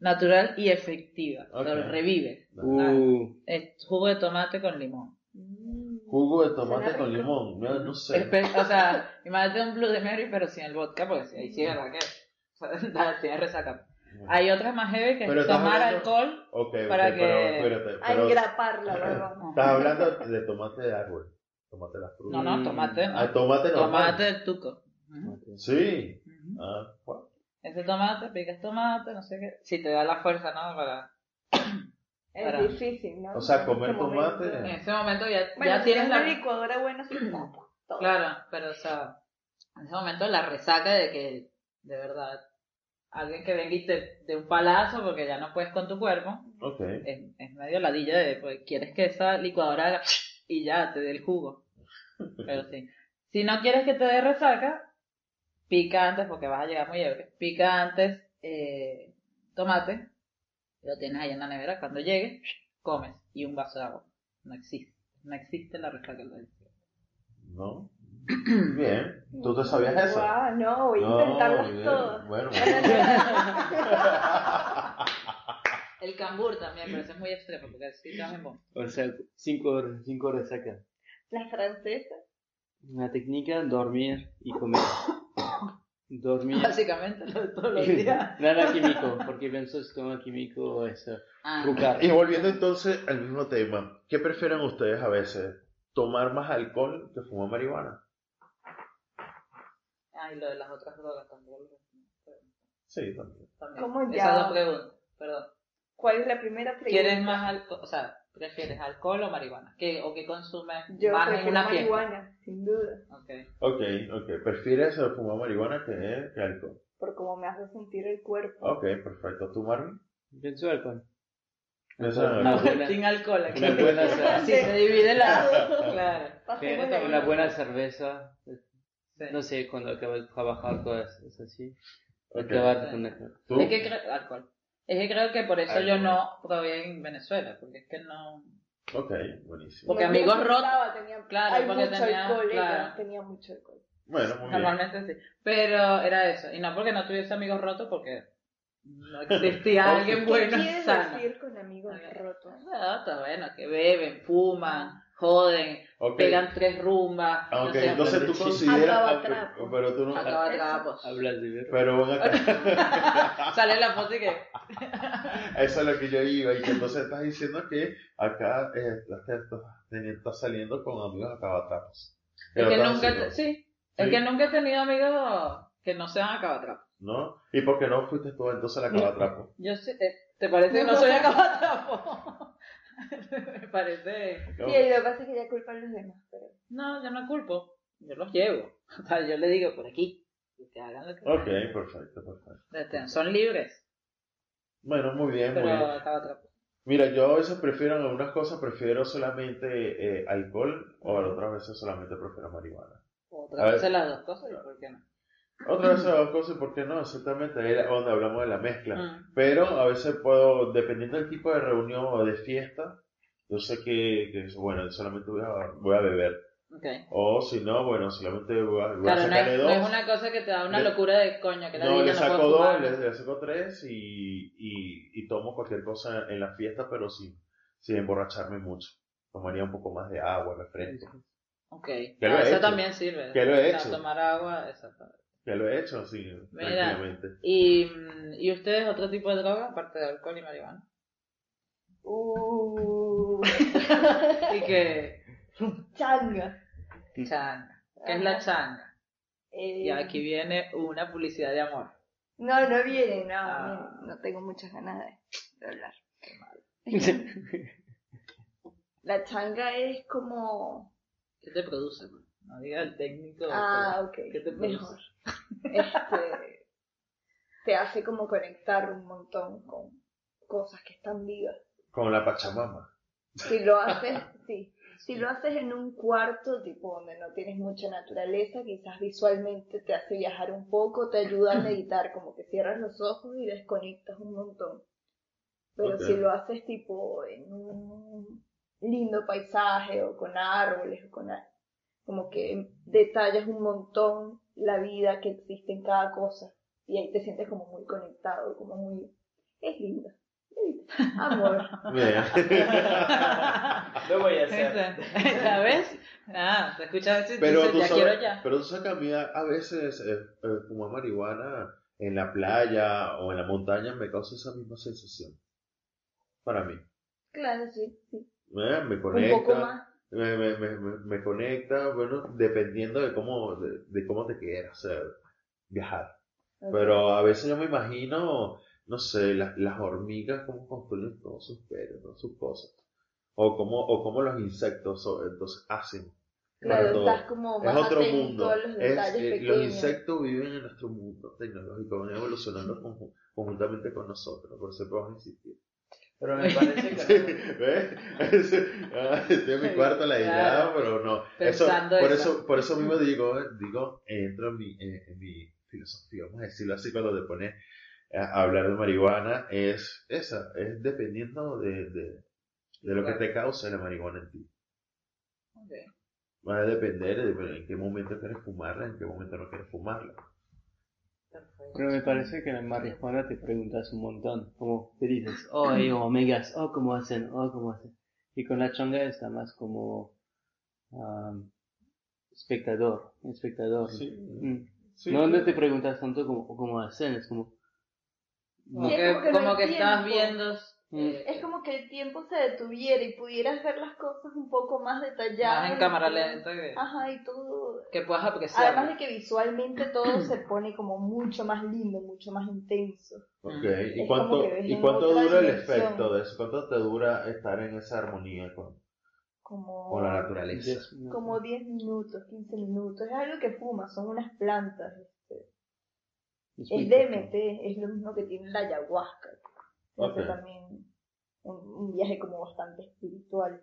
Speaker 2: Natural y efectiva.
Speaker 1: Ok.
Speaker 2: Lo revive.
Speaker 4: Uh,
Speaker 2: Es jugo de tomate con limón.
Speaker 3: Mm.
Speaker 1: Jugo de tomate
Speaker 3: Suena
Speaker 1: con
Speaker 3: rico.
Speaker 1: limón, no, no sé.
Speaker 2: Espe- O sea, imagínate un Blue de Mary, pero sin el vodka, porque si- ahí sí es verdad que. O sea, da- tiene resaca. Hay otras más heavy que
Speaker 1: Pero
Speaker 2: es
Speaker 1: estás
Speaker 2: tomar
Speaker 1: hablando-
Speaker 2: alcohol.
Speaker 1: Ok, ok,
Speaker 2: para
Speaker 1: pero
Speaker 2: que-
Speaker 1: espérate,
Speaker 3: A
Speaker 1: pero
Speaker 3: engraparla, ¿verdad?
Speaker 1: estás hablando de tomate de árbol, tomate de la fruta.
Speaker 2: No, no, tomate. no.
Speaker 1: Ah, tomate normal.
Speaker 2: Tomate del tuco. Ujú.
Speaker 1: Sí.
Speaker 2: Ujú.
Speaker 1: Ah, bueno.
Speaker 2: Ese tomate, picas tomate, no sé qué. Si te da la fuerza, ¿no? Para...
Speaker 3: Es
Speaker 2: Para-
Speaker 3: difícil, ¿no?
Speaker 1: O sea,
Speaker 3: En este
Speaker 1: comer
Speaker 3: momento.
Speaker 1: tomate.
Speaker 2: En ese momento ya,
Speaker 3: Bueno,
Speaker 2: ya
Speaker 3: si
Speaker 2: tienes la...
Speaker 3: una licuadora buena, sí, todo.
Speaker 2: Claro, pero o sea, en ese momento la resaca de que, de verdad, alguien que venga y te dé un palazo porque ya no puedes con tu cuerpo,
Speaker 1: Ok.
Speaker 2: es, es medio ladilla de, pues, quieres que esa licuadora haga y ya, te dé el jugo. Pero sí. Si no quieres que te dé resaca, pica antes, porque vas a llegar muy ebrio, pica antes eh, tomate, lo tienes ahí en la nevera, cuando llegues, comes y un vaso de agua. No existe, no existe la resaca. del alcohol.
Speaker 1: No. Bien. ¿Tú te sabías eso?
Speaker 3: Guau, no, voy a
Speaker 1: No,
Speaker 3: intentarlas
Speaker 1: bien.
Speaker 3: todas.
Speaker 1: Bueno, bueno.
Speaker 2: El cambur también, pero eso es muy extremo, porque así también bueno.
Speaker 4: o sea, cinco horas, cinco horas acá.
Speaker 3: Las francesas.
Speaker 4: Una técnica, dormir y comer. Dormir.
Speaker 2: Básicamente lo de todos los días.
Speaker 4: Nada químico, porque pienso si toma químico es eh,
Speaker 2: Ah,
Speaker 4: trucar.
Speaker 1: Y volviendo entonces al mismo tema, ¿qué prefieren ustedes a veces? ¿Tomar más alcohol que fumar marihuana?
Speaker 2: ah, y lo de las otras drogas también.
Speaker 1: Sí, también.
Speaker 2: También.
Speaker 3: ¿Cómo
Speaker 2: Esas dos
Speaker 3: ya?
Speaker 2: preguntas, perdón.
Speaker 3: ¿Cuál es la primera pregunta?
Speaker 2: ¿Quieres más alcohol, o sea, prefieres alcohol o marihuana? ¿Qué, ¿O qué consumes
Speaker 3: Yo
Speaker 2: más en
Speaker 3: prefiero
Speaker 2: una fiesta?
Speaker 3: marihuana, sin duda,
Speaker 2: Ok.
Speaker 1: Ok, ok. ¿Prefieres eh, fumar marihuana que, que alcohol?
Speaker 3: por cómo me hace sentir el cuerpo.
Speaker 1: Ok, perfecto. ¿Tú, Marvin?
Speaker 4: Pienso alcohol.
Speaker 1: Piensa en
Speaker 4: Una
Speaker 1: alcohol.
Speaker 4: buena,
Speaker 2: Sin alcohol aquí.
Speaker 4: una buena
Speaker 2: Así
Speaker 4: cerveza.
Speaker 2: se divide la... claro.
Speaker 3: Pasemos de
Speaker 4: Una
Speaker 3: ahí.
Speaker 4: buena cerveza.
Speaker 2: Sí.
Speaker 4: No sé, cuando acabas de trabajar, cosas es así.
Speaker 1: Ok.
Speaker 4: Acabar con el-
Speaker 1: ¿Tú?
Speaker 2: Es que creo, alcohol. Es que creo que por eso yo no probé en Venezuela, porque es que no...
Speaker 1: Ok, buenísimo.
Speaker 2: Porque
Speaker 3: No
Speaker 2: amigos
Speaker 3: me
Speaker 2: rotos,
Speaker 3: gustaba, tenía-
Speaker 2: claro,
Speaker 3: hay
Speaker 2: porque
Speaker 3: mucho
Speaker 2: tenía-
Speaker 3: alcohol, ella
Speaker 2: claro.
Speaker 3: tenía mucho alcohol.
Speaker 1: Bueno, muy bien.
Speaker 2: Normalmente sí. Pero era eso. Y no porque no tuviese amigos rotos, porque no existía alguien
Speaker 3: ¿Qué
Speaker 2: bueno
Speaker 3: quieres
Speaker 2: sano.
Speaker 3: decir con amigos
Speaker 2: Ok.
Speaker 3: rotos?
Speaker 2: No, está bueno, que beben, fuman, joden,
Speaker 1: Ok,
Speaker 2: pegan tres rumbas.
Speaker 1: Ah,
Speaker 2: no
Speaker 1: ok,
Speaker 2: sé,
Speaker 1: entonces tú
Speaker 4: sí.
Speaker 1: consideras...
Speaker 3: Acaba
Speaker 1: ah,
Speaker 3: trapo.
Speaker 1: pero, pero tú no...
Speaker 2: acaba trapos.
Speaker 4: Hablas de ver.
Speaker 1: Pero van a...
Speaker 2: Sale la foto y que.
Speaker 1: Eso es lo que yo iba, y que entonces estás diciendo que acá eh, estás, estás saliendo con amigos acabatrapos.
Speaker 2: Es
Speaker 1: Pero
Speaker 2: que
Speaker 1: estás
Speaker 2: nunca.
Speaker 1: haciendo,
Speaker 2: te- Sí, es
Speaker 1: pues. Sí.
Speaker 2: que nunca he tenido amigos que no sean acabatrapos.
Speaker 1: ¿No? ¿Y por qué no fuiste tú entonces al acabatrapo?
Speaker 2: Yo sé. eh, ¿Te parece que no soy acabatrapo? Me parece.
Speaker 1: ¿No?
Speaker 3: Sí, y lo que pasa es que ya culpan los demás, pero...
Speaker 2: No, yo no culpo. Yo los llevo. O sea, yo le digo por aquí. y Que hagan lo que
Speaker 1: Ok, perfecto, perfecto.
Speaker 2: quieran. Son libres,
Speaker 1: Bueno, muy bien, muy
Speaker 2: pero
Speaker 1: bien.
Speaker 2: acabatrapos.
Speaker 1: Mira, yo a veces prefiero en algunas cosas, prefiero solamente eh, alcohol, o en otras veces solamente prefiero marihuana. A
Speaker 2: Otras
Speaker 1: ver.
Speaker 2: veces las dos cosas, ¿y por qué no?
Speaker 1: Otras veces las dos cosas, ¿por qué no? Exactamente, ahí es donde hablamos de la mezcla.
Speaker 2: Mm.
Speaker 1: Pero a veces puedo, dependiendo del tipo de reunión o de fiesta, yo sé que, que es, bueno, solamente voy a, voy a beber.
Speaker 2: Ok.
Speaker 1: O si no, bueno, solamente voy a, voy a
Speaker 2: Claro, no
Speaker 1: sacarle
Speaker 2: es, no
Speaker 1: dos.
Speaker 2: es una cosa que te da una
Speaker 1: Le-
Speaker 2: locura de coño, que la
Speaker 1: No,
Speaker 2: niña
Speaker 1: le
Speaker 2: no
Speaker 1: saco
Speaker 2: puedo
Speaker 1: dos,
Speaker 2: fumar.
Speaker 1: le, le saco tres y, y, y tomo cualquier cosa en la fiesta, pero sin, sin emborracharme mucho. Tomaría un poco más de agua, refresco.
Speaker 2: Ok,
Speaker 1: lo
Speaker 2: Ah,
Speaker 1: he
Speaker 2: eso
Speaker 1: hecho.
Speaker 2: también sirve.
Speaker 1: Que lo he
Speaker 2: O sea,
Speaker 1: hecho.
Speaker 2: tomar agua, exactamente.
Speaker 1: Ya lo he hecho así,
Speaker 2: Mira.
Speaker 1: tranquilamente.
Speaker 2: ¿Y, mm, ¿Y ustedes otro tipo de droga, aparte de alcohol y marihuana?
Speaker 3: Uh,
Speaker 2: Y que
Speaker 3: changa.
Speaker 2: changa. ¿Qué es la changa?
Speaker 3: Eh,
Speaker 2: Y aquí viene una publicidad de amor.
Speaker 3: No, no viene, no,
Speaker 2: Ah.
Speaker 3: viene. no tengo muchas ganas de, de hablar. La changa es como...
Speaker 2: ¿Qué te produce? pues? No diga el técnico.
Speaker 3: Ah, ok,
Speaker 2: ¿Qué te produce?
Speaker 3: mejor. Este, te hace como conectar un montón con cosas que están vivas.
Speaker 1: Con la Pachamama.
Speaker 3: Si lo haces, sí. Si lo haces en un cuarto, tipo donde no tienes mucha naturaleza, quizás visualmente te hace viajar un poco, te ayuda a meditar, como que cierras los ojos y desconectas un montón. Pero
Speaker 1: Ok.
Speaker 3: si lo haces tipo en un lindo paisaje o con árboles o con a- como que detallas un montón la vida que existe en cada cosa y ahí te sientes como muy conectado, como muy es lindo. Amor.
Speaker 1: Bien.
Speaker 4: Lo voy a
Speaker 2: ¿Sabes? Ah, te escuchas decir,
Speaker 1: Pero
Speaker 2: dices,
Speaker 1: tú
Speaker 2: ya
Speaker 1: sabes-
Speaker 2: quiero ya.
Speaker 1: Pero tú sabes que a mí a, a veces eh, eh, fumar marihuana en la playa o en la montaña me causa esa misma sensación. Para mí.
Speaker 3: Claro, sí, sí.
Speaker 1: Eh, Me
Speaker 3: Un
Speaker 1: conecta,
Speaker 3: poco más.
Speaker 1: me, me, me, me- me conecta, bueno, dependiendo de cómo, de, de cómo te quieras eh, viajar.
Speaker 3: Ok.
Speaker 1: Pero a veces yo me imagino, no sé, las, las hormigas, cómo construyen todos sus pelos, todas sus cosas. O cómo, o cómo los insectos o- entonces hacen.
Speaker 3: Claro,
Speaker 1: Claro.
Speaker 3: estás como
Speaker 1: Es
Speaker 3: más
Speaker 1: otro
Speaker 3: atento
Speaker 1: mundo.
Speaker 3: a los
Speaker 1: Es,
Speaker 3: detalles
Speaker 1: eh,
Speaker 3: pequeños.
Speaker 1: los insectos viven en nuestro mundo tecnológico, van evolucionando conju- conjuntamente con nosotros, por eso vamos a insistir.
Speaker 4: Pero me parece
Speaker 1: Sí, ¿ves? Ese- ah, Estoy en mi cuarto la idea,
Speaker 2: Claro.
Speaker 1: pero no. Eso,
Speaker 2: Pensando
Speaker 1: por,
Speaker 2: eso.
Speaker 1: eso, por eso mismo digo, digo entro en mi, en, en mi filosofía, vamos a decirlo así, cuando te pones a hablar de marihuana, es esa, es dependiendo de, de, de lo que te causa la marihuana en ti.
Speaker 2: Ok.
Speaker 1: Va a depender de en qué momento quieres fumarla, en qué momento no quieres fumarla.
Speaker 2: Perfecto.
Speaker 4: Pero me parece que en la marihuana te preguntas un montón, como te dices, oh, ellos omegas, oh, cómo hacen, oh, cómo hacen. Y con la changa está más como am, espectador, espectador. Mm. no, no te preguntas tanto cómo, cómo hacen, es como...
Speaker 2: Como
Speaker 3: Sí,
Speaker 2: que,
Speaker 3: como que no
Speaker 2: como
Speaker 3: hay
Speaker 2: que estás
Speaker 3: tiempo.
Speaker 2: viendo
Speaker 3: Eh, es como que el tiempo se detuviera y pudieras ver las cosas un poco más detalladas.
Speaker 2: Más en cámara lenta. que-
Speaker 3: Ajá, y todo.
Speaker 2: Que puedas apreciar.
Speaker 3: Además de que visualmente todo se pone como mucho más lindo, mucho más intenso.
Speaker 1: Ok,
Speaker 2: Ajá.
Speaker 1: ¿y
Speaker 3: Es
Speaker 1: cuánto,
Speaker 3: como que ves
Speaker 1: ¿y
Speaker 3: en
Speaker 1: cuánto
Speaker 3: otra
Speaker 1: dura el
Speaker 3: dimensión.
Speaker 1: efecto de eso? ¿Cuánto te dura estar en esa armonía con,
Speaker 3: Como,
Speaker 1: con la naturaleza?
Speaker 4: Diez minutos.
Speaker 3: como 10 minutos, 15 minutos. Es algo que fuma, son unas plantas. este.
Speaker 4: Es muy
Speaker 3: Es DMT, es lo mismo que tiene la ayahuasca. que hace
Speaker 1: Ok.
Speaker 3: también un, un viaje como bastante espiritual.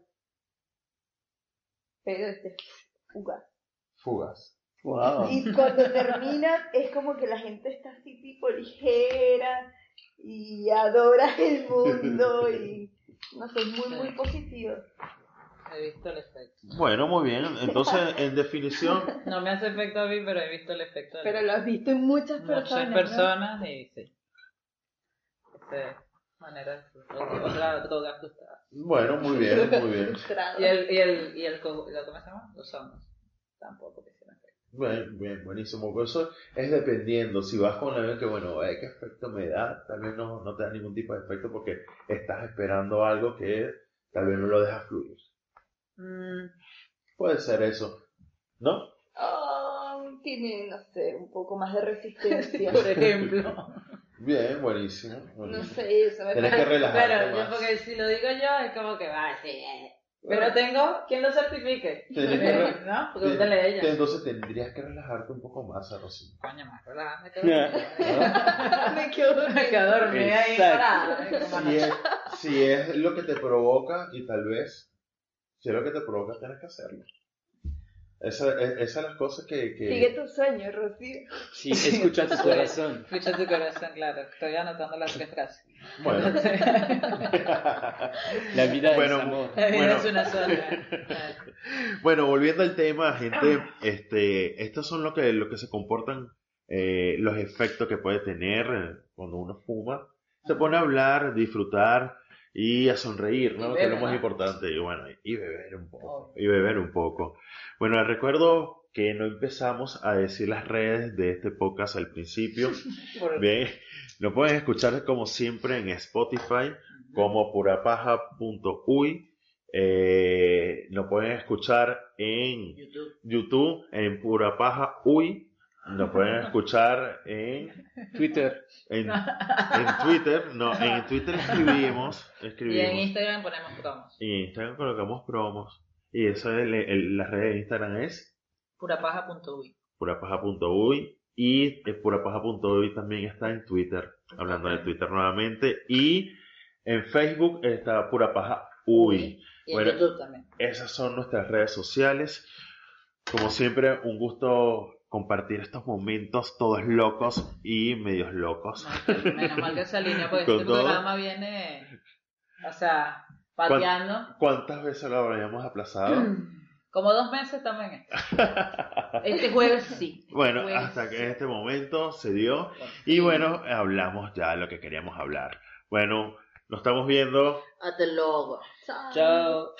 Speaker 3: Pero este es fugaz.
Speaker 1: Fugas.
Speaker 4: Wow.
Speaker 3: Y cuando termina es como que la gente está así tipo ligera y adora el mundo y no sé, es muy muy positivo.
Speaker 2: He visto el efecto.
Speaker 1: Bueno, muy bien. Entonces, en definición,
Speaker 2: No me hace efecto a mí, pero he visto el efecto. de
Speaker 3: Pero lo has visto en muchas personas.
Speaker 2: muchas
Speaker 3: ¿no?
Speaker 2: personas y sí. Esa es manera de otra droga frustrada.
Speaker 1: bueno, muy bien, muy bien.
Speaker 3: Frustrado.
Speaker 2: Y el, y el, y el, co- lo- ¿cómo se llama? Los hongos. Tampoco que se me afecta.
Speaker 1: Bien, bien, buenísimo. Por eso es dependiendo. Si vas con alguien que, bueno, eh, ¿qué efecto me da? Tal vez no, no te da ningún tipo de efecto porque estás esperando algo que tal vez no lo deja fluir.
Speaker 2: Mm,
Speaker 1: Puede ser eso, ¿no?
Speaker 3: Ah, tiene, no sé, un poco más de resistencia.
Speaker 2: por ejemplo.
Speaker 1: Bien, buenísimo.
Speaker 3: no
Speaker 1: buenísimo.
Speaker 3: sé, eso me
Speaker 1: Tienes que relajarte
Speaker 2: Claro, yo
Speaker 1: Ah, más.
Speaker 2: porque si lo digo yo es como que va, sí. eh. Pero tengo quien lo certifique. Eh,
Speaker 1: Tienes que re-
Speaker 2: ¿No?
Speaker 1: Bien,
Speaker 2: Pregúntale a ella.
Speaker 1: Entonces tendrías que relajarte un poco más, Rocío.
Speaker 2: Coño, más relajada. me
Speaker 4: Ya.
Speaker 2: quedo-
Speaker 3: me quedo
Speaker 2: Me quedo dormida ahí
Speaker 4: Exacto.
Speaker 2: parada. como
Speaker 1: Si es, si es lo que te provoca, y tal vez, si es lo que te provoca, tienes que hacerlo. Esa, e- esas son las cosas que... que-
Speaker 3: Sigue tu sueño, Rocío.
Speaker 4: Sí, escucha tu corazón.
Speaker 2: Escucha tu corazón, claro. Estoy anotando las tres frases.
Speaker 1: Bueno.
Speaker 4: La vida
Speaker 1: Bueno,
Speaker 4: es amor.
Speaker 2: La vida
Speaker 1: Bueno.
Speaker 2: es una sola.
Speaker 1: Bueno, volviendo al tema, gente, este, estos son lo que, lo que se comportan, eh, los efectos que puede tener eh, cuando uno fuma. Se pone a hablar, disfrutar y a sonreír, ¿no?
Speaker 2: Y
Speaker 1: que es lo más
Speaker 2: beber, ¿no? Oh.
Speaker 1: importante. Y bueno, y beber un poco. Y beber un poco. Bueno, les recuerdo que no empezamos a decir las redes de este podcast al principio.
Speaker 2: Por-
Speaker 1: Bien, lo pueden escuchar como siempre en Spotify como purapaja.uy. Eh, lo pueden escuchar en
Speaker 2: YouTube.
Speaker 1: YouTube en purapaja.uy. Lo pueden escuchar en,
Speaker 4: Twitter.
Speaker 1: en, en Twitter. No, en Twitter escribimos.
Speaker 2: Y en
Speaker 1: escribimos.
Speaker 2: Instagram ponemos promos.
Speaker 1: Y en Instagram colocamos promos. Y eso es el- el- la red de Instagram es
Speaker 2: Purapaja.uy.
Speaker 1: purapaja.uy. Y eh, purapaja.uy también está en Twitter. Hablando de Twitter nuevamente. Y en Facebook está purapaja.uy.
Speaker 2: Y en
Speaker 1: Bueno.
Speaker 2: YouTube también.
Speaker 1: Esas son nuestras redes sociales. Como siempre, un gusto compartir estos momentos todos locos y medios locos.
Speaker 2: Menos- Menos mal que esa línea, porque
Speaker 1: Con
Speaker 2: este
Speaker 1: todo.
Speaker 2: programa viene, o sea, pateando.
Speaker 1: ¿Cuántas veces lo habríamos aplazado?
Speaker 2: Como dos meses estamos en esto. Este jueves sí.
Speaker 1: Bueno,
Speaker 2: Pues-
Speaker 1: hasta que este momento se dio. Y bueno, hablamos ya lo que queríamos hablar. Bueno, nos estamos viendo.
Speaker 2: Hasta luego.
Speaker 4: Chao.